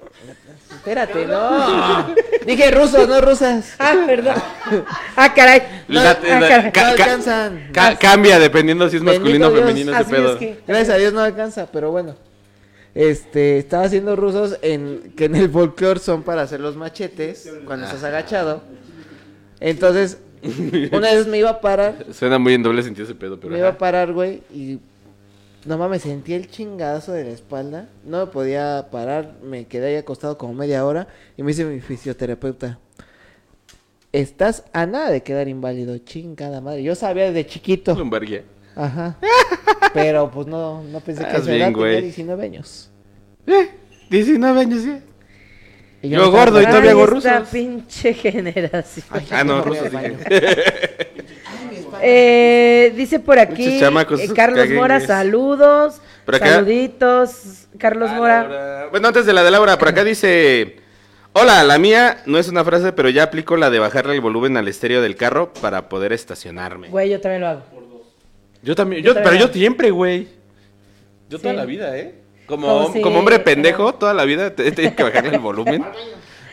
espérate, no. Dije rusos, no rusas.
Ah, perdón. Ah, caray. No,
La-
ah,
la-
caray.
ca-
No
ca-
alcanzan.
ca- cambia dependiendo si es
Bendito
masculino o
Dios.
femenino ese
Así
pedo.
es que.
Gracias a Dios no alcanza, pero bueno. Este, estaba haciendo rusos en que en el folclore son para hacer los machetes cuando estás agachado. Entonces, una vez me iba a parar,
Suena muy en doble sentido ese pedo, pero.
me iba
ajá.
a parar, güey, y no mames, sentí el chingadazo de la espalda, no me podía parar, me quedé ahí acostado como media hora y me dice mi fisioterapeuta, "Estás a nada de quedar inválido, chingada madre." Yo sabía desde chiquito.
Lumbarguía.
Ajá. Pero pues no, no pensé que
Estás
a esa edad
bien,
tenía
güey.
19 años.
Eh, 19 años, sí.
Y
Yo
no estaba
gordo y
tan-
todavía
Ay,
hago
esta
rusos.
pinche generación.
Ay,
Ah, no,
me voy
rusos
al
dije.
baño.
Eh, dice por aquí
Muchos chamacos,
eh,
esos
Carlos
caguengues.
Mora, saludos.
Por acá.
Saluditos, Carlos
Ah,
Mora.
Laura. Bueno, antes de la de Laura, por acá dice... Hola, la mía no es una frase, pero ya aplico la de bajarle el volumen al estéreo del carro para poder estacionarme.
Güey, yo también lo hago.
yo también,
yo
yo, pero
también.
yo siempre, güey. Yo toda
Sí.
la vida, ¿eh? Como,
Como
hom-
si-
como hombre pendejo, toda la vida te- he tenido que bajarle el volumen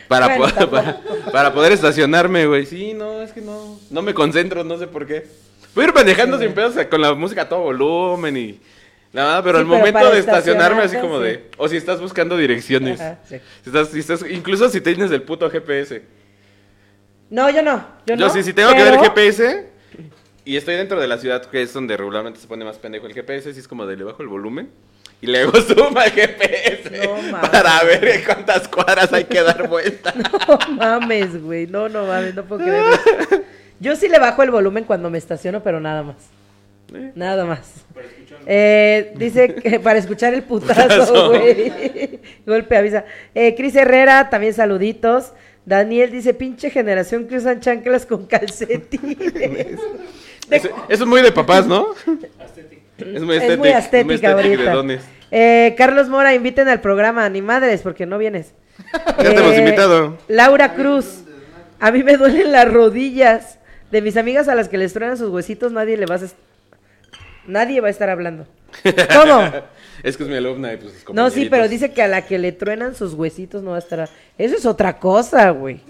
para,
Bueno,
po- para, para poder estacionarme, güey. Sí, no, es que no, no me concentro, no sé por qué. Voy a ir pendejando sin pedos o sea, con la música a todo volumen y... Nada, pero
Sí,
al
pero
momento
para
de estacionarme así
estacionarte,
como
sí.
de... O si estás buscando direcciones.
Ajá, sí.
Si estás- si estás- incluso si tienes el puto GPS.
No, yo no.
Yo,
Yo, no,
sí, si tengo que
pero-
ver el GPS y estoy dentro de la ciudad, que es donde regularmente se pone más pendejo el GPS, si es como de le bajo el volumen y le hago suma el GPS
No mames.
para ver cuántas cuadras hay que dar vuelta.
No mames, güey. No, no mames, no puedo creer. eso. Yo sí le bajo el volumen cuando me estaciono, pero nada más.
¿Eh?
Nada más. Eh, dice que para escuchar el putazo,
Putazo.
güey. Golpe avisa. Eh, Cris Herrera, también saluditos. Daniel dice, pinche generación que usan chanclas con calcetines.
Es- Eso es muy de papás, ¿no? Es muy estético.
es muy estética
estético de
ahorita.
dones.
Eh, Carlos Mora, inviten al programa, ni madres, porque no vienes. Eh,
Ya te hemos invitado.
Laura Cruz, a mí me duelen las rodillas. De mis amigas a las que les truenan sus huesitos, nadie le vas a... est- Nadie va a estar hablando. ¿Cómo?
es que es mi alumna y pues sus
No, sí,
compañeritos.
pero dice que a la que le truenan sus huesitos no va a estar... a- Eso es otra cosa, güey.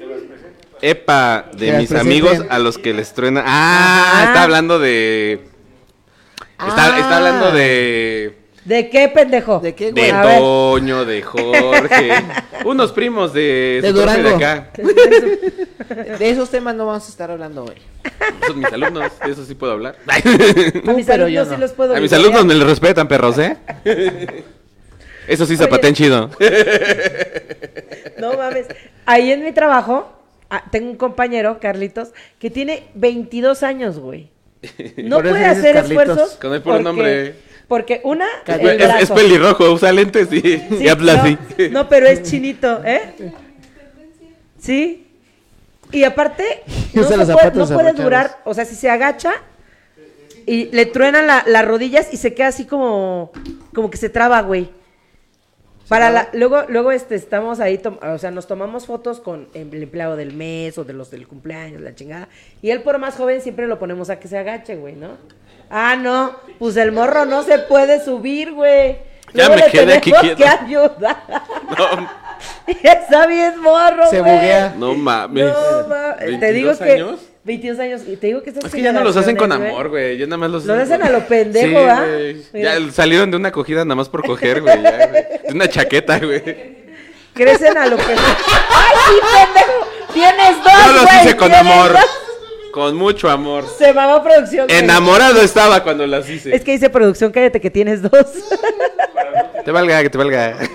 Epa, de
Que las
mis
presenten.
amigos a los que les truena. Ah,
Ajá.
está hablando de. Está,
Ah.
está hablando
Ah.
de.
¿De qué, pendejo?
¿De qué, güey?
De
Eh, A ver.
Toño, de Jorge. unos primos de.
De
su profe
Durango.
acá.
De esos temas no vamos a estar hablando hoy.
Son mis alumnos, de eso sí puedo hablar.
A mis
pero
alumnos
yo
sí
no.
los puedo
A mis
googlear.
alumnos me les respetan, perros, ¿eh? Eso sí, zapaten chido.
No mames. Ahí en mi trabajo, ah, tengo un compañero, Carlitos, que tiene 22 años, güey. No
Por eso
puede
dices
hacer
Carlitos.
esfuerzos.
Con el puro
porque-
nombre.
Porque una.
Es,
el
es- es
brazo.
pelirrojo, usa lentes y,
Sí,
y habla
no,
así.
No, pero es chinito, ¿eh? Sí. Y aparte,
Y
no,
usa
se
los
puede-
zapatos
no puede
abrochados.
durar, o sea, si se agacha y le truenan la- las rodillas y se queda así como, como que se traba, güey. Para la, luego, luego este, estamos ahí, tom- o sea, nos tomamos fotos con el empleado del mes o de los del cumpleaños, la chingada. Y él por más joven siempre lo ponemos a que se agache, güey, ¿no? Ah, no, pues el morro no se puede subir, güey.
Ya
Luego
me
le
quedé aquí
tenemos
quieto.
que ayudar.
No,
Está bien morro,
Se
güey.
buguea.
no mames.
No, ma- te
22
digo que
años?
22 años y te digo que estas
Es que ya no los hacen con
generaciones,
amor, güey. Ya nada más los.
Los hacen a lo pendejo,
Sí,
¿va?
güey.
Mira.
Ya salieron de una cogida nada más por coger, güey. ya, güey. De una chaqueta, güey.
güey, Crecen a lo que Ay, sí, pendejo. Tienes dos,
Yo los
güey,
hice con
tienes
amor.
dos.
Con mucho amor.
Se mamó producción. güey.
Enamorado estaba cuando las hice.
Es que dice producción, cállate que tienes dos.
Te valga, que te valga.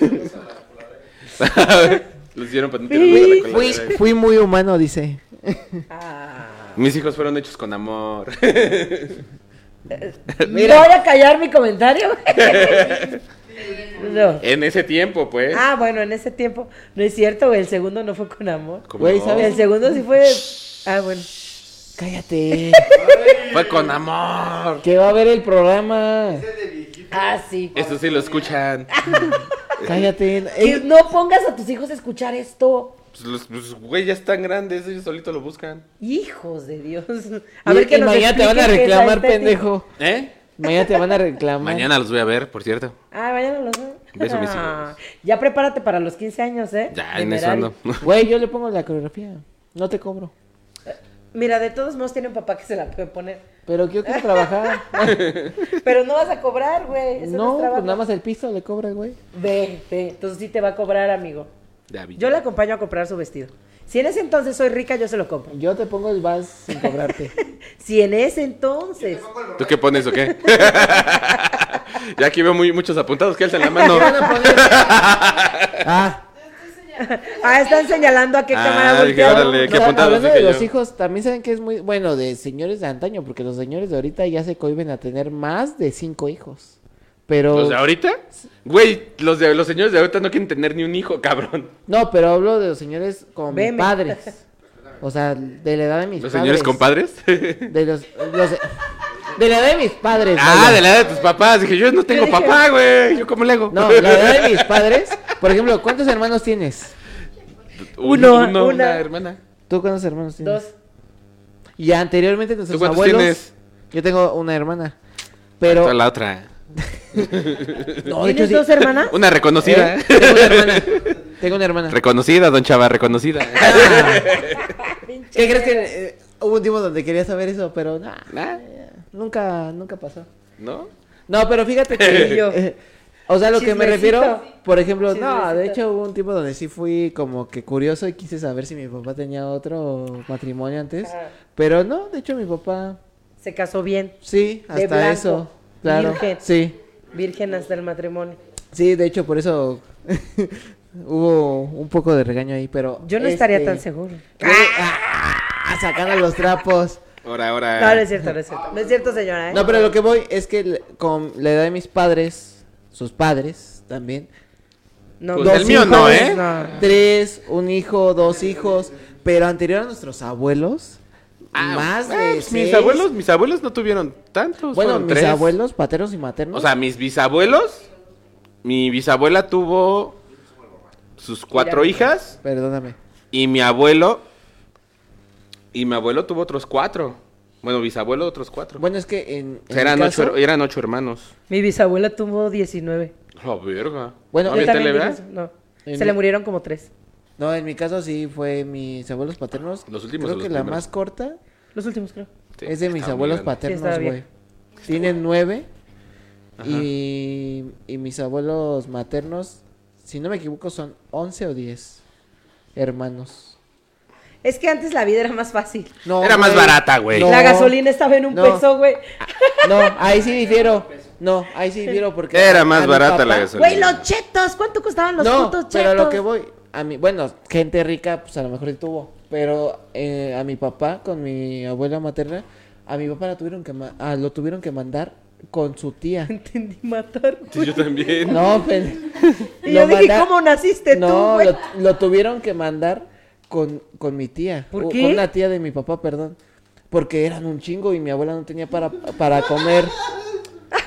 los hicieron para no tirar
Sí.
mucho la
Fui,
coladera, güey.
fui muy humano, dice.
Ah.
Mis hijos fueron hechos con amor.
Mira.
Voy a callar mi comentario. güey. no.
en ese tiempo, pues.
Ah, bueno, en ese tiempo no es cierto, güey, el segundo no fue con amor.
¿Cómo
güey,
no?
¿sabes?
El segundo sí fue Ah, bueno.
Cállate.
Fue con amor.
que va a ver el programa.
Ah, sí.
Esto sí lo escuchan.
Cállate.
Que
Ey,
Eh, no pongas a tus hijos a escuchar esto.
Pues los pues, güey ya están grandes, ellos solitos lo buscan.
Hijos de Dios.
y- y mañana te van a
expliquen qué es
reclamar,
estética.
pendejo.
¿Eh?
Mañana te van a reclamar.
Mañana los voy a ver, por cierto.
Ah, mañana los veo.
Beso, mis hijos.
Ah, Ya prepárate para los 15 años, ¿eh?
Ya, en eso
Temerario.
ando.
Güey, yo le pongo la coreografía. No te cobro.
Mira, de todos modos tiene un papá que se la puede poner.
Pero yo quiero trabajar.
Pero no vas a cobrar, güey. Eso
no,
es
pues
trabajo.
nada más el piso le cobra, güey.
Ve, ve. Entonces sí te va a cobrar, amigo.
Ya vi.
Yo le acompaño a comprar su vestido. Si en ese entonces soy rica, yo se lo compro.
Yo te pongo el vals sin cobrarte.
Si en ese entonces.
¿Tú qué pones o qué? ya aquí veo muy, muchos apuntados que alzan la mano.
ah,
Ah, están señalando a qué
Ah,
cámara
dije,
voltearon.
órale, qué
o sea,
apuntado,
hablando
dije
de los
yo.
hijos, también saben que es muy bueno de señores de antaño, porque los señores de ahorita ya se cohiben a tener más de cinco hijos. Pero
¿Los de ahorita? Güey, los de los señores de ahorita no quieren tener ni un hijo, cabrón.
no, pero hablo de los señores con mis
Veme.
padres. O sea, de la edad de mis
¿Los
padres.
señores compadres?
De los, los- de la edad de mis padres.
ah,
vaya.
de la edad de tus papás. Dije, yo no tengo
dije-
papá, güey. ¿Yo cómo le hago?
No, la edad de mis padres. Por ejemplo, ¿cuántos hermanos tienes?
Un-
Uno, una.
una hermana.
¿Tú cuántos hermanos tienes?
Dos.
Y anteriormente nuestros
cuántos
abuelos.
tienes?
Yo tengo una hermana. Pero.
La otra.
No, de hecho
¿Tienes
sí.
dos hermanas?
Una reconocida.
Eh, Tengo una hermana. Tengo una hermana.
Reconocida, don Chava, reconocida.
¿Qué crees que eh, hubo un tiempo donde quería saber eso, pero nah,
Nah,
nunca, nunca pasó.
¿No?
No, pero fíjate que
Y yo.
eh, o sea, lo que me
Chismecito.
refiero, por ejemplo, no,
Chismecito.
de hecho hubo un tiempo donde sí fui como que curioso y quise saber si mi papá tenía otro matrimonio antes,
Ajá.
pero no, de hecho mi papá
Se casó bien.
sí,
De
hasta
blanco,
eso, claro,
virgen.
sí.
Virgen hasta el matrimonio.
Sí, de hecho, por eso hubo un poco de regaño ahí, pero...
Yo no estaría
este,
tan seguro.
luego- ¡Ah! Sacando los trapos.
Ahora,
No, no es
ahora.
cierto, no es cierto. No es cierto, señora, ¿eh?
No, pero lo que voy es que l- con la edad de mis padres, sus padres también,
No,
Pues
no,
el mío
hijos,
no, ¿eh?
no.
Tres, un hijo, dos hijos, pero anterior a nuestros abuelos,
Ah,
más
ah,
de
pues,
seis.
mis abuelos, mis abuelos no tuvieron tantos.
bueno,
fueron
mis
tres.
abuelos paternos y maternos.
O sea, mis bisabuelos. Mi bisabuela tuvo sus cuatro
Mira.
hijas
perdóname.
y mi abuelo. Y mi abuelo tuvo otros cuatro. Bueno, bisabuelo otros cuatro.
Bueno, es que en,
O
en
sea, eran,
mi
ocho,
caso-
eran ocho hermanos.
Mi bisabuela tuvo 19.
La verga.
Bueno,
¿No
yo
viste
¿Ahorita
también
la
dije
edad?
eso, No.
En
Se le
mi-
murieron como tres.
No, en mi caso sí fue mis abuelos paternos.
Los últimos
Creo
o los
que la
primeros.
más corta
Los últimos, creo.
Sí, Ah,
es de mis
estaba muy
abuelos
grande.
paternos,
estaba bien.
güey. Tienen nueve.
Ajá.
Y, y mis abuelos maternos, si no me equivoco, son once o diez hermanos.
Es que antes la vida era más fácil.
No,
Era más barata, güey.
No.
La gasolina estaba en un
No.
peso, güey.
No, ahí sí difiero. No, ahí sí difiero porque.
Era
a-
más
a mi
barata la
papá-
gasolina.
Güey, los chetos. ¿Cuánto costaban los
no,
putos chetos?
pero a lo que voy. a mi, bueno, gente rica, pues a lo mejor sí tuvo, pero eh, a mi papá, con mi abuela materna, a mi papá la tuvieron que ma- ah, lo tuvieron que mandar con su tía.
Entendí matar.
Sí, yo también.
No, pues,
Y
lo
yo dije,
manda-
¿cómo naciste tú,
No,
güey?
lo, lo tuvieron que mandar con, con mi tía.
¿Por
o-
qué?
Con una tía de mi papá, perdón. Porque eran un chingo y mi abuela no tenía para, para comer.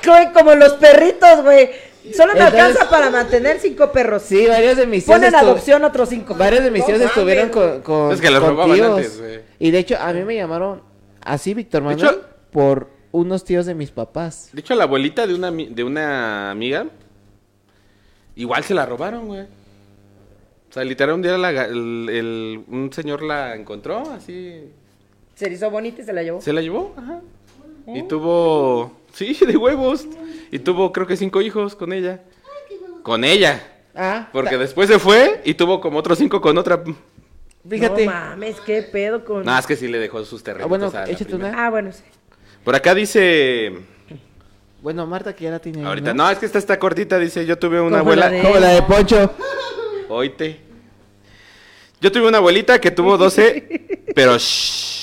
Güey, Como los perritos, güey. Solo me
Entonces-
alcanza para mantener cinco perros.
Sí, varios de mis tíos.
Ponen
estu-
adopción otros cinco.
Varios de mis tíos
No
estuvieron
mames,
con, con-
Es que las
con
robaban
tíos.
antes, güey.
Y de hecho, a mí me llamaron así, Víctor
De
Manuel,
hecho-
por unos tíos de mis papás.
De hecho, la abuelita de una, ami- de una amiga, igual se la robaron, güey. O sea, literal, un día la ga- el- el- un señor la encontró, así,
Se le hizo bonita y se la llevó.
Se la llevó, ajá. Y tuvo. Sí, de huevos. Y tuvo, creo que cinco hijos con ella. Con ella.
Ah,
Porque después se fue y tuvo como otros cinco con otra.
fíjate.
No mames, qué pedo con.
Nada, es que sí le dejó sus terrenos.
Ah, bueno,
a la
échate
primera.
una.
Ah, bueno, sí.
Por acá dice.
Bueno, Marta que ya la tiene. ahí,
Ahorita, no, es que esta está cortita. Dice: Yo tuve una
Como la
abuela.
de-
Como la de Poncho.
Oíte. Yo tuve una abuelita que tuvo 12, pero. shh.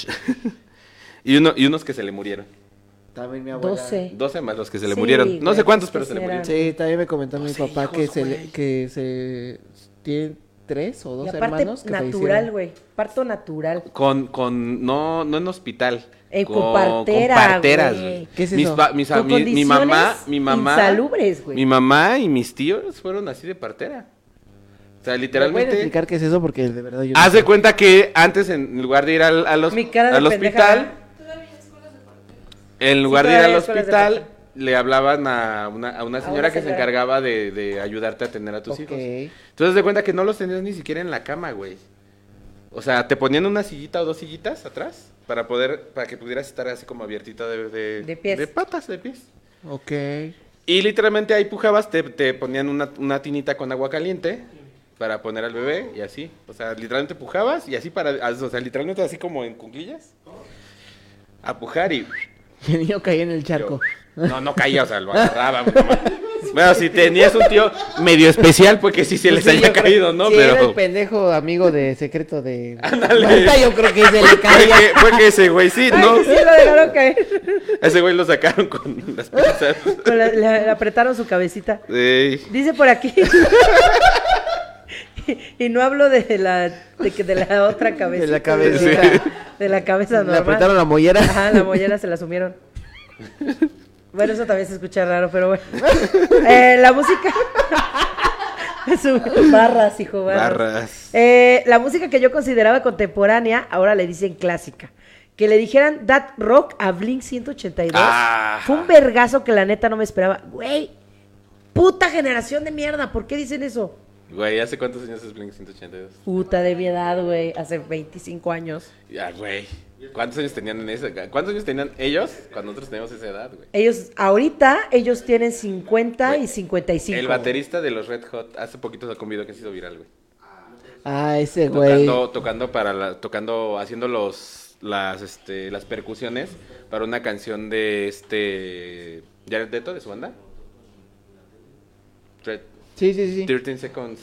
y, uno, y unos que se le murieron.
También mi abuela.
12.
12 más los que se le
Sí,
murieron. No
güey,
sé cuántos, pero
pues, sí
se le
era.
murieron.
Sí, también me comentó mi papá que
hijos,
se, le-
güey.
que se tiene tres o
Y
dos
aparte,
hermanos que
natural,
fallecieron.
güey. Parto natural.
Con, con, no, no en hospital.
En compartera,
parteras,
Eh, güey.
güey.
¿Qué es
mis,
eso?
pa- mis-
Con
mi, mi
condiciones
mamá, mi mamá.
insalubres, güey.
Mi mamá y mis tíos fueron así de partera. O sea,
¿Me pueden
literalmente.
explicar qué es eso? Porque de verdad yo. no
Haz
sé.
de cuenta que antes, en lugar de ir al, al, hos-
Mi cara de
al
pendeja,
hospital, en lugar de ir al
todavía hay escuelas de
hospital,
partera.
le hablaban a una, a una señora que se
señora.
encargaba de, de ayudarte a atender a tus
Ok.
hijos. Entonces haz de cuenta que no los tenías ni siquiera en la cama, güey. O sea, te ponían una sillita o dos sillitas atrás para poder, para que pudieras estar así como abiertita de, de,
De pies.
patas, de pies.
Ok.
Y literalmente ahí pujabas, te, te ponían una, una tinita con agua caliente para poner al bebé y así. O sea, literalmente pujabas y así para, o sea, literalmente así como en cuclillas. A pujar y...
El niño caía en el charco.
No, no caía, o sea, lo agarraba. mi mamá. Bueno, si tenías un tío medio especial, pues que sí se les
Sí, yo
haya
creo-
caído, ¿no?
sí,
Pero...
era el pendejo amigo de secreto de.
Ándale.
Marta, yo creo que se le
Fue
caía.
que, fue que ese güey sí,
Ay,
¿no?
sí, lo dejaron caer.
Ese güey lo sacaron con las pinzas.
eh. Con la- le- le apretaron su cabecita.
Ey.
Dice por aquí. y no hablo de la, de, que- de la otra cabeza.
De la cabecita.
De la cabeza
Le
normal.
apretaron la mollera.
Ajá, la mollera se la sumieron. Bueno, eso también se escucha raro, pero bueno. Eh, la música. Su- Barras, hijo, barras.
Barras.
Eh, la música que yo consideraba contemporánea, ahora le dicen clásica. Que le dijeran That Rock a Blink 182.
Ah.
Fue un vergazo que la neta no me esperaba. Güey, puta generación de mierda, ¿por qué dicen eso?
Güey, ¿hace cuántos años es Blink 182?
Puta de mi edad, güey, hace 25 años.
Ya, güey. ¿Cuántos años tenían en esa? ¿Cuántos años tenían ellos cuando nosotros teníamos esa edad, güey?
Ellos, ahorita, ellos tienen 50
Güey,
y 55.
El baterista de los Red Hot hace poquito sacó un video que se hizo viral, güey.
Ah, ese güey.
Tocando, tocando para la, tocando, haciendo los, las, este, las percusiones para una canción de este Jared Leto de su banda. Red,
Sí, sí, sí.
13 Seconds.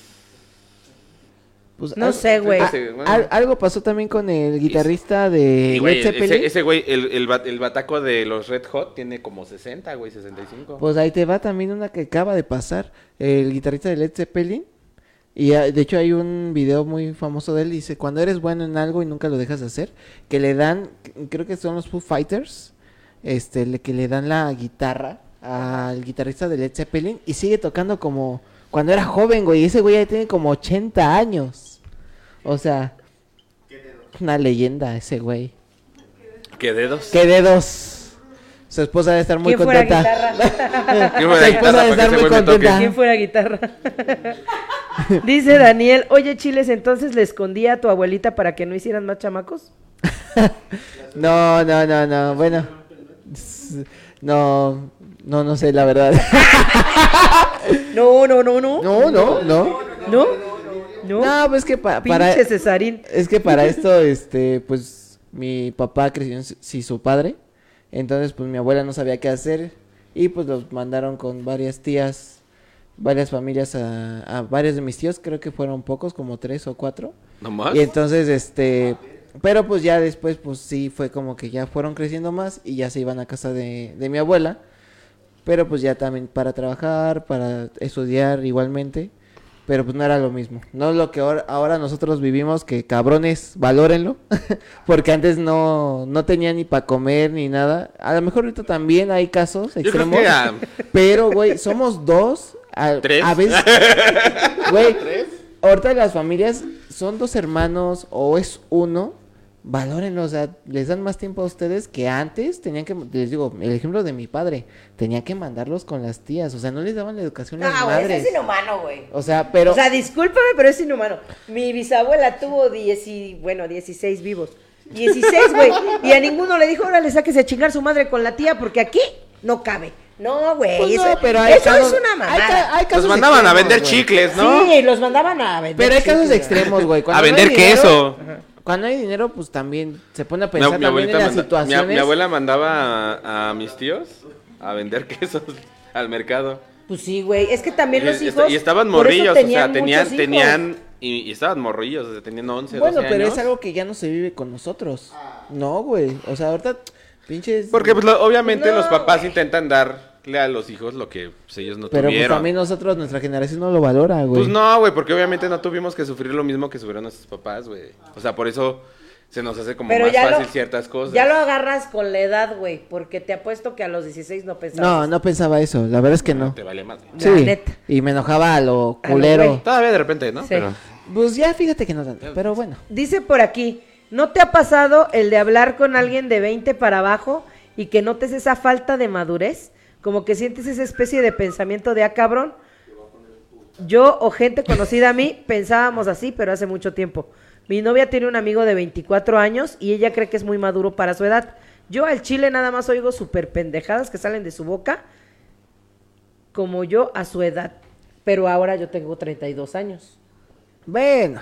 Pues,
No
al-
sé, güey.
Ah,
Sí, bueno.
al- este algo pasó también con el guitarrista de
Y, güey,
Led Zeppelin.
ese, ese güey, el, el, bat- el bataco de los Red Hot tiene como 60, güey, 65.
Pues ahí te va también una que acaba de pasar. El guitarrista de Led Zeppelin. Y ah, de hecho hay un video muy famoso de él. Dice, cuando eres bueno en algo y nunca lo dejas de hacer, que le dan, creo que son los Foo Fighters, este, le- que le dan la guitarra al guitarrista de Led Zeppelin y sigue tocando como cuando era joven, güey. Y ese güey ya tiene como 80 años. O sea, una leyenda ese güey.
¿Qué dedos?
¡Qué dedos! Su esposa debe estar muy
¿Quién fuera
contenta.
guitarra?
¿Quién fue la
Su
guitarra
esposa
para
debe
que
estar
ese
muy
güey me toque?
contenta.
¿Quién fuera guitarra? Dice Daniel, oye Chiles, entonces le escondía a tu abuelita para que no hicieran más chamacos.
No, no, no, no. Bueno. s- No, no, no sé, la verdad.
No, no, no, no.
No, no, no.
¿No?
No, pues que pa- para...
Pinche Cesarín.
Es que para esto, este, pues mi papá creció en su- sin su padre. Entonces, pues mi abuela no sabía qué hacer. Y pues los mandaron con varias tías varias familias a, a varios de mis tíos, creo que fueron pocos, como tres o cuatro.
¿Nomás?
Y entonces, este, pero pues ya después, pues sí, fue como que ya fueron creciendo más y ya se iban a casa de, de mi abuela. Pero pues ya también para trabajar, para estudiar igualmente. Pero pues no era lo mismo. No es lo que ahora, ahora nosotros vivimos, que cabrones, valórenlo. Porque antes no, no tenía ni para comer ni nada. A lo mejor ahorita también hay casos
Yo creo
extremos.
que a
Pero, güey, somos dos. A,
tres.
A veces. Güey, ahorita las familias son dos hermanos o es uno. Valórenlo, o sea, les dan más tiempo a ustedes que antes tenían que, les digo, el ejemplo de mi padre, tenía que mandarlos con las tías, o sea, no les daban la educación a las
No, Ah, güey, eso
madres.
es inhumano, güey.
O sea, pero
O sea, discúlpame, pero es inhumano. Mi bisabuela tuvo 10 y, bueno, 16 vivos. 16, güey. Y a ninguno le dijo, órale, sáquese a chingar su madre con la tía, porque aquí no cabe. No, güey.
pues
eso
no, pero hay
eso
casos-
es una
hay ca-
mamada.
hay casos
Nos mandaban a
extremos,
vender
güey.
chicles, ¿no?
Sí, los mandaban a vender.
Pero hay casos
chicles.
extremos, güey.
a
Cuando no hay
vender
dinero-
queso.
Cuando hay dinero, pues también se pone a
Mi-
pensar
mi,
pues, también en
abuelita
las
manda- mi-
situaciones.
mi abuela mandaba a, a mis tíos a vender quesos al mercado.
Pues sí, güey. Es que también
Y, este,
los
y
hijos.
esta- y estaban
por eso
morrillos, o sea, tenían,
muchos hijos.
tenían, y, y estaban morrillos, o sea, tenían 11,
Bueno,
12
pero
años.
es algo que ya no se vive con nosotros. No, güey. O sea, ahorita, pinches.
Porque pues, lo- obviamente
No,
los papás
güey.
intentan darle a los hijos lo que pues, ellos no
Pero pues
tuvieron.
también nosotros, nuestra generación no lo valora, güey.
Pues no, güey, porque obviamente no tuvimos que sufrir lo mismo que sufrieron nuestros papás, güey. O sea, por eso se nos hace como
Pero
más
ya lo-
fácil ciertas cosas.
Ya lo agarras con la edad, güey. Porque te apuesto que a los 16 no pensabas.
No, no pensaba eso. La verdad es que no.
Te vale más. güey.
Sí.
La neta.
Y me enojaba a lo
A lo
culero.
güey.
Todavía de repente, ¿no?
Sí.
Pero...
Pues ya fíjate que no tanto. Pero bueno.
Dice por aquí, ¿no te ha pasado el de hablar con alguien de 20 para abajo y que notes esa falta de madurez? Como que sientes esa especie de pensamiento de, ah, cabrón, yo o gente conocida a mí pensábamos así, pero hace mucho tiempo. Mi novia tiene un amigo de 24 años y ella cree que es muy maduro para su edad. Yo al chile nada más oigo súper pendejadas que salen de su boca, como yo a su edad. Pero ahora yo tengo 32 años.
Bueno.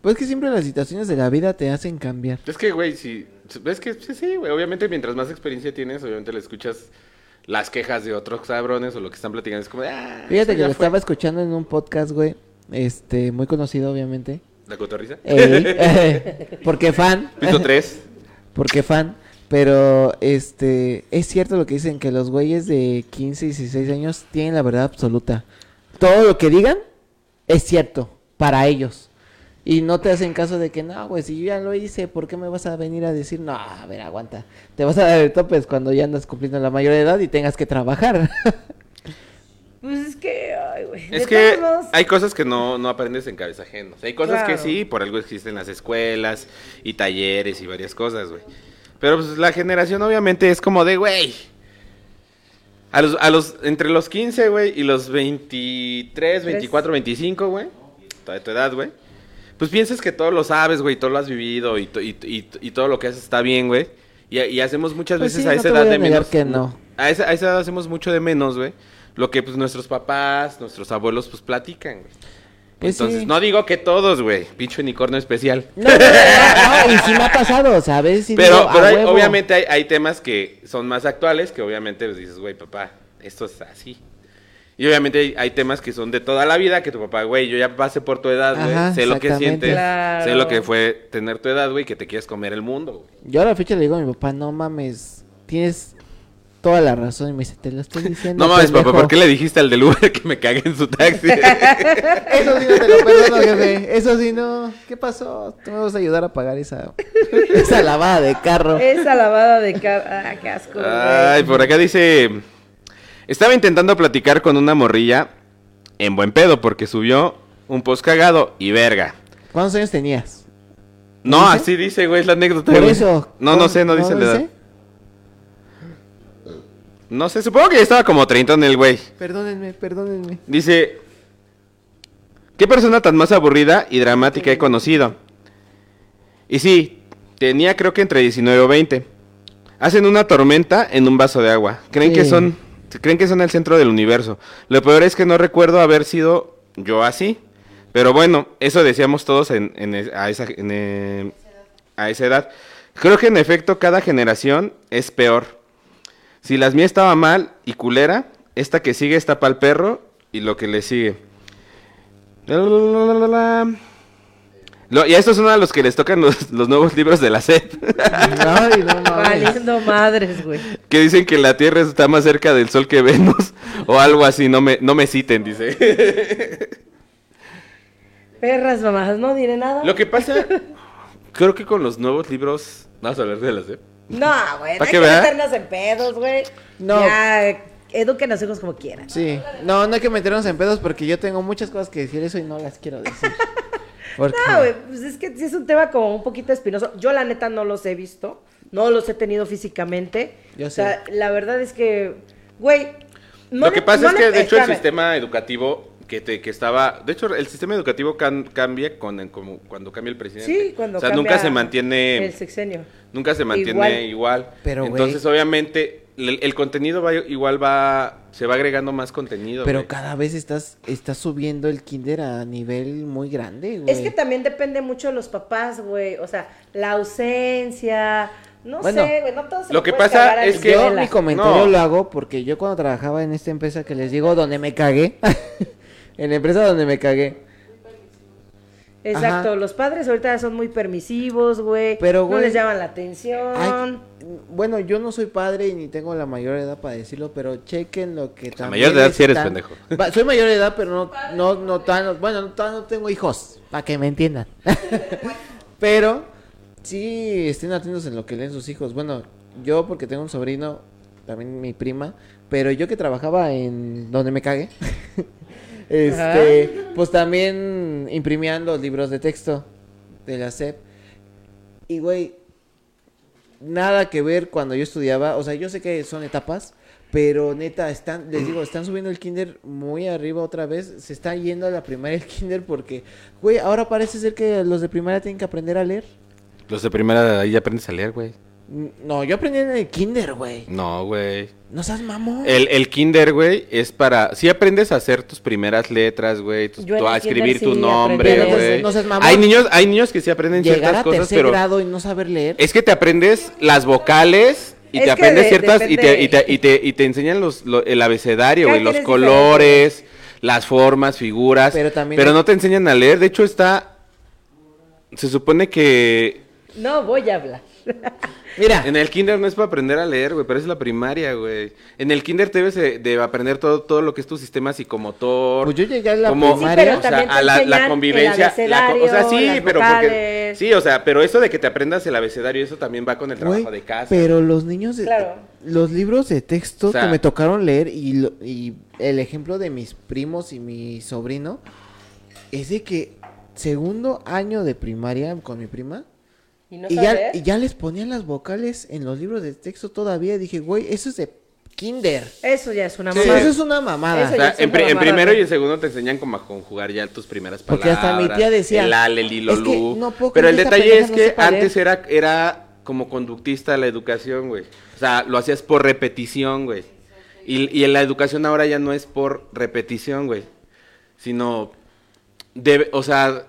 Pues que siempre las situaciones de la vida te hacen cambiar.
Es que, güey, si... Es que sí, sí, güey. Obviamente, mientras más experiencia tienes, obviamente le escuchas las quejas de otros cabrones o lo que están platicando. Es como, ah,
Fíjate
eso
que
ya
lo
fue.
estaba escuchando en un podcast, güey. Este, muy conocido, obviamente.
¿La cotorriza?
Ey, porque fan.
Piso 3.
porque fan. Pero, este, es cierto lo que dicen, que los güeyes de 15 y 16 años tienen la verdad absoluta. Todo lo que digan es cierto para ellos. Y no te hacen caso de que, no, güey, si yo ya lo hice, ¿por qué me vas a venir a decir, no, a ver, aguanta? Te vas a dar de topes cuando ya andas cumpliendo la mayoría de edad y tengas que trabajar.
Pues es que, ay, güey.
Es
de
que
todos modos-
hay cosas que no, no aprendes en cabeza ajena. O sea, hay cosas que
Claro.
sí, por algo existen las escuelas y talleres y varias cosas, güey. Pero pues la generación obviamente es como de, güey. A los, a los, entre los 15, güey, y los 23, 24, 25, güey. De tu edad, güey. Pues piensas que todo lo sabes, güey, todo lo has vivido y, to- y- y- y todo lo que haces está bien, güey. Y, y hacemos muchas
Pues
veces
sí,
a
no
esa
te
edad
voy a
de
negar
menos.
que no.
A esa, a esa edad hacemos mucho de menos, güey. Lo que pues nuestros papás, nuestros abuelos, pues platican, güey.
Pues
Entonces,
sí.
no digo que todos, güey. Pinche unicornio especial.
No, no, no, no, no, y sí me ha pasado, ¿sabes? Y
pero
digo, "A
pero hay-
huevo".
obviamente hay, hay temas que son más actuales que obviamente pues, dices, güey, papá, esto es así. Y obviamente hay, hay temas que son de toda la vida que tu papá, güey, yo ya pasé por tu edad,
Ajá,
güey. Sé lo que
exactamente.
sientes.
Claro.
Sé lo que fue tener tu edad, güey, que te quieres comer el mundo, güey.
Yo a la fecha le digo a mi papá, no mames, tienes toda la razón. Y me dice, te lo estoy diciendo.
No, mames, papá,
pendejo".
¿por qué le dijiste al del Uber que me cague en su taxi?
Eso sí no te lo perdono, jefe. Eso sí no. ¿Qué pasó? Tú me vas a ayudar a pagar esa, esa lavada de carro.
Esa lavada de cara. Ah, qué asco. güey.
Ay, por acá dice. Estaba intentando platicar con una morrilla en buen pedo porque subió un post cagado y verga.
¿Cuántos años tenías?
No,
¿Dice?
así dice, güey, es la anécdota.
Por
güey.
eso.
No, no sé, no dice la edad. No sé, supongo que ya estaba como 30 en el güey.
Perdónenme, perdónenme.
Dice, ¿qué persona tan más aburrida y dramática he conocido? Y sí, tenía creo que entre 19 o 20. Hacen una tormenta en un vaso de agua. Creen que
Sí.
son creen que son el centro del universo. Lo peor es que no recuerdo haber sido yo así. Pero bueno, eso decíamos todos en, en es- a, esa, en, eh, a esa edad. Creo que en efecto cada generación es peor. Si las mía estaba mal y culera, esta que sigue está pa'l perro y lo que le sigue. Lo- y a estos son a los que les tocan los, los nuevos libros de la SED,
Ay, no mames.
Valiendo madres, güey.
que dicen que la Tierra está más cerca del Sol que Venus, o algo así, no me, no me citen, dice.
Perras mamadas, no diré nada.
Lo que pasa, creo que con los nuevos libros, vamos a hablar de la SED.
No, güey, no
¿Pa' qué
hay que
vea?
meternos en pedos, güey.
No.
Ya, eduquen a sus hijos como quieran.
Sí. No, no hay que meternos en pedos porque yo tengo muchas cosas que decir eso y no las quiero decir. Porque...
No, güey, pues es que sí es un tema como un poquito espinoso. Yo la neta no los he visto, no los he tenido físicamente.
Yo
o sea, la verdad es que, güey, no
lo que
le-
pasa
no
es
le-
que, de hecho, el
espérame.
sistema educativo que, te, que estaba. De hecho, el sistema educativo can- cambia con el- como cuando cambia el presidente.
Sí, cuando
O sea,
cambia
nunca se mantiene.
el sexenio.
Nunca se mantiene
Igual.
igual.
Pero, güey.
Entonces, obviamente, el, el contenido va, igual va. Se va agregando más contenido.
Pero
güey.
cada vez estás, estás subiendo el kinder a nivel muy grande, güey.
Es que también depende mucho de los papás, güey. O sea, la ausencia. No
Bueno,
sé, güey. No todos se
lo
lo
que
pueden
pasa
cargar a la
es que-
yo
escuela.
mi comentario
No.
lo hago porque yo cuando trabajaba en esta empresa que les digo donde me cagué, en la empresa donde me cagué,
Exacto,
Ajá.
los padres ahorita son muy permisivos, güey.
Pero,
No
güey,
les llaman la atención.
Ay, bueno, yo no soy padre y ni tengo la mayor edad para decirlo, pero chequen lo que también.
mayor de edad sí eres
están-
pendejo.
Va, soy mayor de edad, pero no, no, no tan. Bueno, no, tan- no tengo hijos, para que me entiendan. pero sí estén atentos en lo que leen sus hijos. Bueno, yo porque tengo un sobrino, también mi prima, pero yo que trabajaba en donde me cague. este, pues también imprimían los libros de texto de la SEP. Y güey, nada que ver cuando yo estudiaba. O sea, yo sé que son etapas, pero neta, están, les digo, están subiendo el kinder muy arriba otra vez. Se está yendo a la primaria el kinder porque, güey, ahora parece ser que los de primaria tienen que aprender a leer.
Los de primera ahí ya aprendes a leer, güey.
N- No, yo aprendí en el kinder, güey.
No, güey.
No seas mamón.
El, el kinder, güey, es para... Si aprendes a hacer tus primeras letras, güey, tus-
Yo en
tu-
el
a escribir
kinder
tu
sí
nombre,
aprendí. Pero no seas-
güey.
no seas mamón.
hay, niños, hay niños que sí aprenden
Llegar a
ciertas cosas,
tercer
pero...
grado y no saber leer.
Es que te aprendes las vocales y
Es
te
que
aprendes
de-
ciertas y te,
depende.
y te, y te, y te enseñan los, lo- el abecedario,
Cada
güey, los
quien es
colores, las formas, figuras.
Pero
Pero,
también-
no te enseñan a leer. De hecho, está... Se supone que...
No voy a hablar.
Mira,
En el kinder no es para aprender a leer, güey, pero es la primaria, güey. En el kinder te debes eh, de aprender todo, todo lo que es tu sistema psicomotor.
pues yo llegué a la
como
Sí,
primaria.
pero también te
a la,
enseñan
la
el
convivencia, la co- o sea, sí,
abecedario,
pero
las
porque-
vocales.
sí, o sea, pero eso de que te aprendas el abecedario, eso también va con el trabajo
Güey,
de casa.
Pero los niños, de-
Claro.
los libros de texto
O sea-
que me tocaron leer y, lo- y el ejemplo de mis primos y mi sobrino es de que segundo año de primaria con mi prima
Y no
y,
saber.
ya, y ya les ponían las vocales en los libros de texto todavía. y Dije, güey, eso es de kinder.
Eso ya es una
Sí.
mamada.
Eso es una mamada.
O sea,
Eso Oye,
en,
siempre
pri- en
mamada,
primero
¿no?
y en segundo te enseñan como a conjugar ya tus primeras palabras.
Porque hasta mi tía decía,
El ale, el hilo,
"Es que
lu".
no puedo creer
Pero el
que esta
detalle
pendeja
es
no
que
sepa leer.
antes era, era como conductista la educación, güey. O sea, lo hacías por repetición, güey. Y, y en la educación ahora ya no es por repetición, güey. Sino, debe, o sea,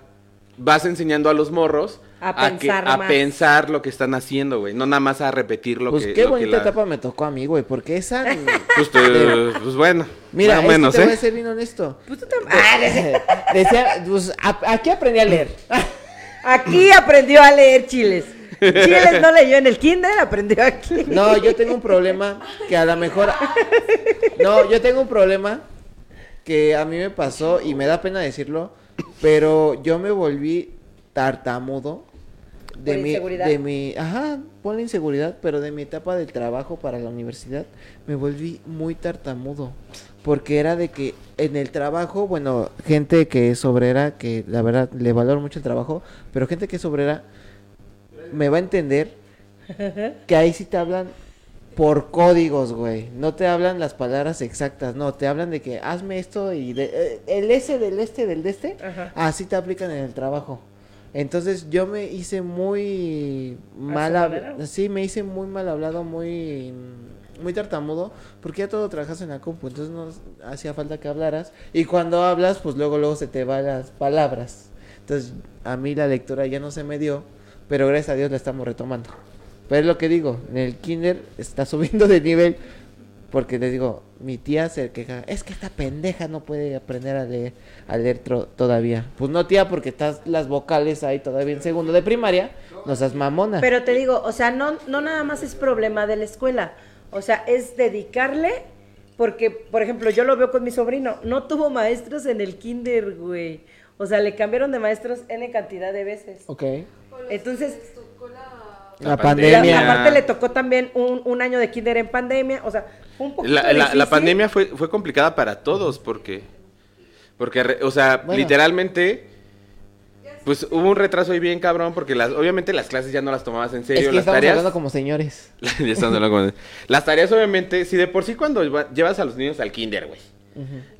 vas enseñando a los morros
A
que-
pensar
a
más.
pensar lo que están haciendo, güey. No nada más a repetir lo
Pues
que...
qué
lo que
bonita
la-
etapa me tocó a mí, güey, porque esa...
Pues, te- pues bueno,
Mira, es
más o
que
menos,
te voy a
¿eh?
ser bien honesto.
Pues tú tam- Ah, de-
Decía, pues, a- aquí aprendí a leer.
Aquí aprendió a leer chiles. Chiles no leyó en el kinder, aprendió aquí.
No, yo tengo un problema que a lo mejor. No, yo tengo un problema que a mí me pasó y me da pena decirlo, pero yo me volví tartamudo de
Por
mi
inseguridad.
de mi, ajá, por la inseguridad, pero de mi etapa del trabajo para la universidad me volví muy tartamudo porque era de que en el trabajo, bueno, gente que es obrera, que la verdad le valoro mucho el trabajo, pero gente que es obrera me va a entender que ahí sí te hablan por códigos, güey. No te hablan las palabras exactas, no, te hablan de que hazme esto y de- eh, el S del este del de este,
Ajá.
así te aplican en el trabajo. Entonces yo me hice muy mal
su
hablado,
manera?
sí, me hice muy mal hablado, muy mm, muy tartamudo, porque ya todo trabajas en la compu, entonces no hacía falta que hablaras y cuando hablas, pues luego luego se te van las palabras. Entonces a mí la lectura ya no se me dio, pero gracias a Dios la estamos retomando. Pero es lo que digo, en el kinder está subiendo de nivel Porque les digo, mi tía se queja, es que esta pendeja no puede aprender a leer, a leer tro- todavía. Pues no, tía, porque estás las vocales ahí todavía en segundo de primaria, no seas mamona.
Pero te digo, o sea, no, no nada más es problema de la escuela. O sea, es dedicarle. Porque, por ejemplo, yo lo veo con mi sobrino. No tuvo maestros en el kinder, güey. O sea, le cambiaron de maestros N cantidad de veces.
ok.
Entonces,
La,
La
pandemia.
pandemia.
la- aparte le tocó también un, un año de kinder en pandemia. O sea, fue un poco.
La, la- la pandemia fue, fue complicada para todos porque, porque re- o sea,
Bueno.
literalmente, pues hubo un retraso ahí bien cabrón porque las, obviamente las clases ya no las tomabas en
Es
serio,
que
las
estamos
tareas...
hablando como señores.
Ya estamos hablando como- Las tareas obviamente, si de por sí cuando va- llevas a los niños al kinder, güey,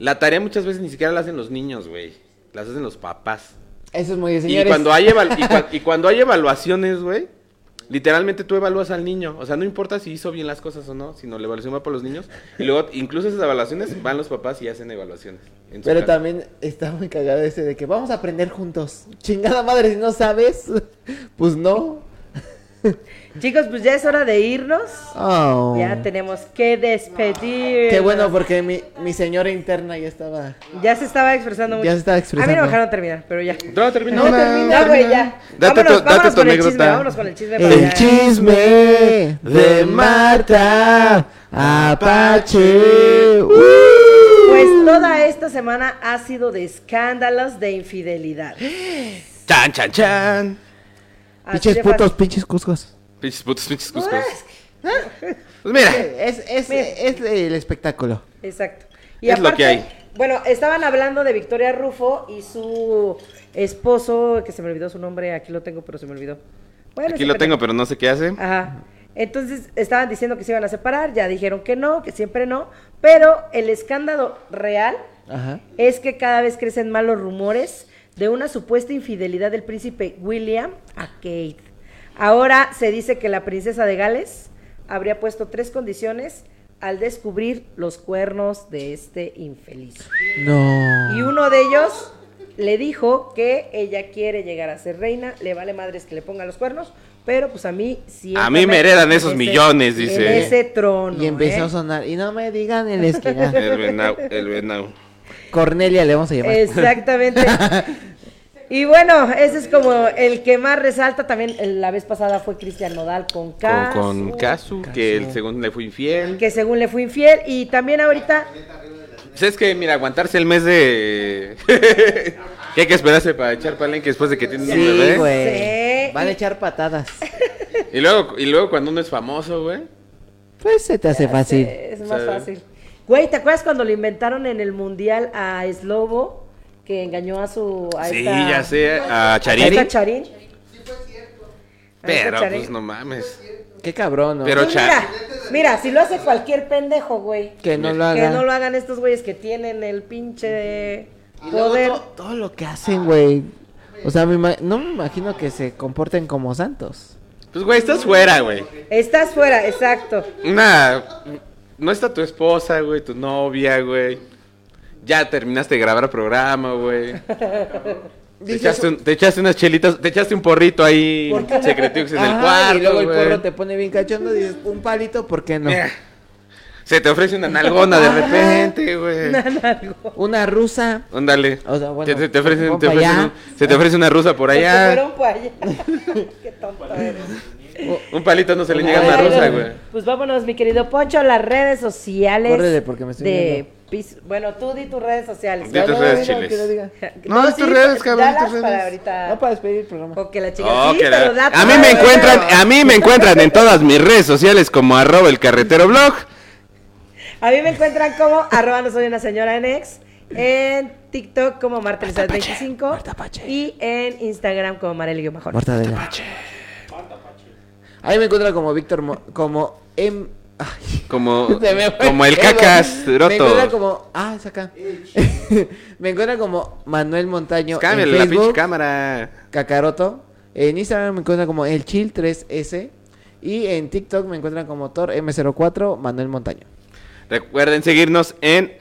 la tarea muchas veces ni siquiera la hacen los niños, güey, las hacen los papás.
Eso es muy de
Y
señores.
cuando, hay eval- y, cua- y cuando hay evaluaciones, güey, literalmente tú evalúas al niño. O sea, no importa si hizo bien las cosas o no, sino la evaluación va por los niños. Y luego, incluso esas evaluaciones van los papás y hacen evaluaciones. en su
Pero
casa.
también está muy cagado ese de que vamos a aprender juntos. Chingada madre, si no sabes, pues no.
Chicos, pues ya es hora de irnos.
Oh.
Ya tenemos que despedir.
Qué bueno, porque mi, mi señora interna ya estaba.
Ya se estaba expresando mucho.
Ya se estaba
A mí no
expresando.
me dejaron terminar, pero ya.
No, termina.
No, termina.
Ya, güey, ya.
Date tu-
vámonos,
date
vámonos
tu
con el chisme,
anécdota.
vámonos con el chisme. para
El
ya.
chisme de Marta Apache. Uh.
Pues toda esta semana ha sido de escándalos de infidelidad.
Chan, chan, chan.
Así
Pinches
de
putos,
fácil. Ah,
pinches cuscos.
Pinches putos, pinches cuscos. Pues mira,
Es, es,
Mira.
es el espectáculo.
Exacto.
Es lo que hay.
Bueno, estaban hablando de Victoria Rufo y su esposo, que se me olvidó su nombre, aquí lo tengo, pero se me olvidó. Bueno,
aquí
ese
lo
pendejo.
tengo, pero no sé qué hace.
Ajá. Entonces estaban diciendo que se iban a separar, ya dijeron que no, que siempre no, pero el escándalo real
Ajá.
es que cada vez crecen más los rumores de una supuesta infidelidad del príncipe William a Kate. Ahora se dice que la princesa de Gales habría puesto tres condiciones al descubrir los cuernos de este infeliz.
No.
Y uno de ellos le dijo que ella quiere llegar a ser reina, le vale madres que le pongan los cuernos, pero pues a mí sí.
A mí me heredan esos millones, dice.
En ese trono.
Y empezó
¿eh?
a sonar. Y no me digan en la esquina.
El venau, el venau.
Cornelia le vamos a llamar.
Exactamente. Y bueno, ese es como el que más resalta. También el- la vez pasada fue Cristian Nodal con
Con,
K.
con Casu, que el segundo le fue infiel.
Que según le fue infiel. Y también ahorita.
Pues es que, mira, aguantarse el mes de. que hay que esperarse para echar palenque después de que tienen un
Sí,
bebé.
güey.
¿eh? Sí.
Van a echar patadas.
Y luego, y luego cuando uno es famoso, güey.
Pues se te hace fácil.
Es más
Sí.
fácil. Güey, ¿te acuerdas cuando lo inventaron en el mundial a Slobo? Que engañó a su. A
Sí,
esta-
ya sé, a
a
Charini.
esta Charín. A esta
Pero,
Charín.
pues no mames.
Qué cabrón, ¿no?
Pero-
Pues
Char-
mira, mira, si lo hace cualquier pendejo, güey.
que no lo
Que
hagan.
no lo hagan estos güeyes que tienen el pinche
Y luego
poder.
to- todo lo que hacen, güey. O sea, me ima- no me imagino que se comporten como santos.
Pues, güey, estás fuera, güey.
Estás fuera, exacto.
Una. No está tu esposa, güey, tu novia, güey. Ya terminaste de grabar programa, güey. Te echaste, un- te echaste unas chelitas, te echaste un porrito ahí, secretux en el
Ajá,
cuarto.
y luego el
güey. Eh.
porro te pone bien cachondo y dices, un palito, ¿por qué no?
Mira, Se te ofrece una nalgona de repente, güey.
Una rusa.
Ándale.
O sea, bueno,
Te- te, te ofrecen,
pon
te
pa'
ofrecen
allá. Este,
un- se te ofrece una rusa por
Se
allá.
fueron pa' allá. Qué tonto eres.
Un palito no se le niega a una
Bueno,
rusa, güey.
Pues vámonos, mi querido Poncho, a las redes sociales.
Córrele, porque me estoy
de Pis- Bueno, tú di tus redes sociales.
Di
Ya,
tus
no,
redes,
diga,
chiles.
que lo diga.
No, es tus redes, cabrón,
dalas
tus redes.
para ahorita.
No para despedir el programa.
Porque la chica
Oh,
sí,
que la-
pero da
A
tus
mí me
redes,
encuentran, eh,
pero-
a mí me encuentran en todas mis redes sociales como arroba el carretero blog.
A mí me encuentran como arroba no soy una señora en ex, en TikTok como Marta Elizabeth 25 y en Instagram como Marely Mejor.
Marta de la... Ahí me encuentro como Víctor, Mo- como M... Ay.
Como,
Se me fue
como el
pedo.
cacas
Me encuentra
roto.
como. Ah, es acá. me encuentra como Manuel Montaño. en
Pues Cámbiale la
Facebook,
pinche cámara.
Cacaroto. En Instagram me encuentra como el Chill 3S. Y en TikTok me encuentran como Thor M04 Manuel Montaño.
Recuerden seguirnos en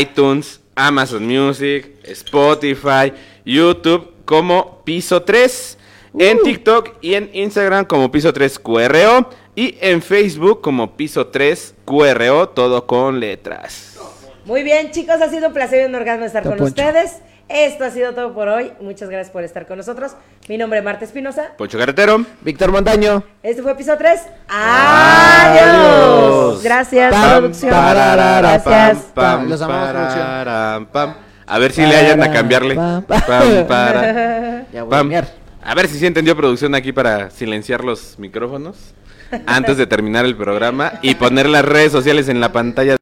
iTunes, Amazon Music, Spotify, YouTube como Piso 3, en TikTok y en Instagram como Piso 3 QRO, Y en Facebook como Piso 3 QRO, todo con letras.
Muy bien, chicos, ha sido un placer y un orgasmo estar
Don
con
Poncho.
ustedes. Esto ha sido todo por hoy. Muchas gracias por estar con nosotros. Mi nombre es Marta Espinosa.
Poncho Carretero.
Víctor Montaño.
Este fue episodio 3.
Adiós.
Adiós. Gracias,
Pam,
producción.
pararara,
Gracias.
pam, Los amamos, producción.
pararam, pam. A ver si le hayan a cambiarle.
Pam,
Pam,
pam.
para,
Ya voy a
pam.
mear.
A ver si sí entendió producción aquí para silenciar los micrófonos antes de terminar el programa y poner las redes sociales en la pantalla.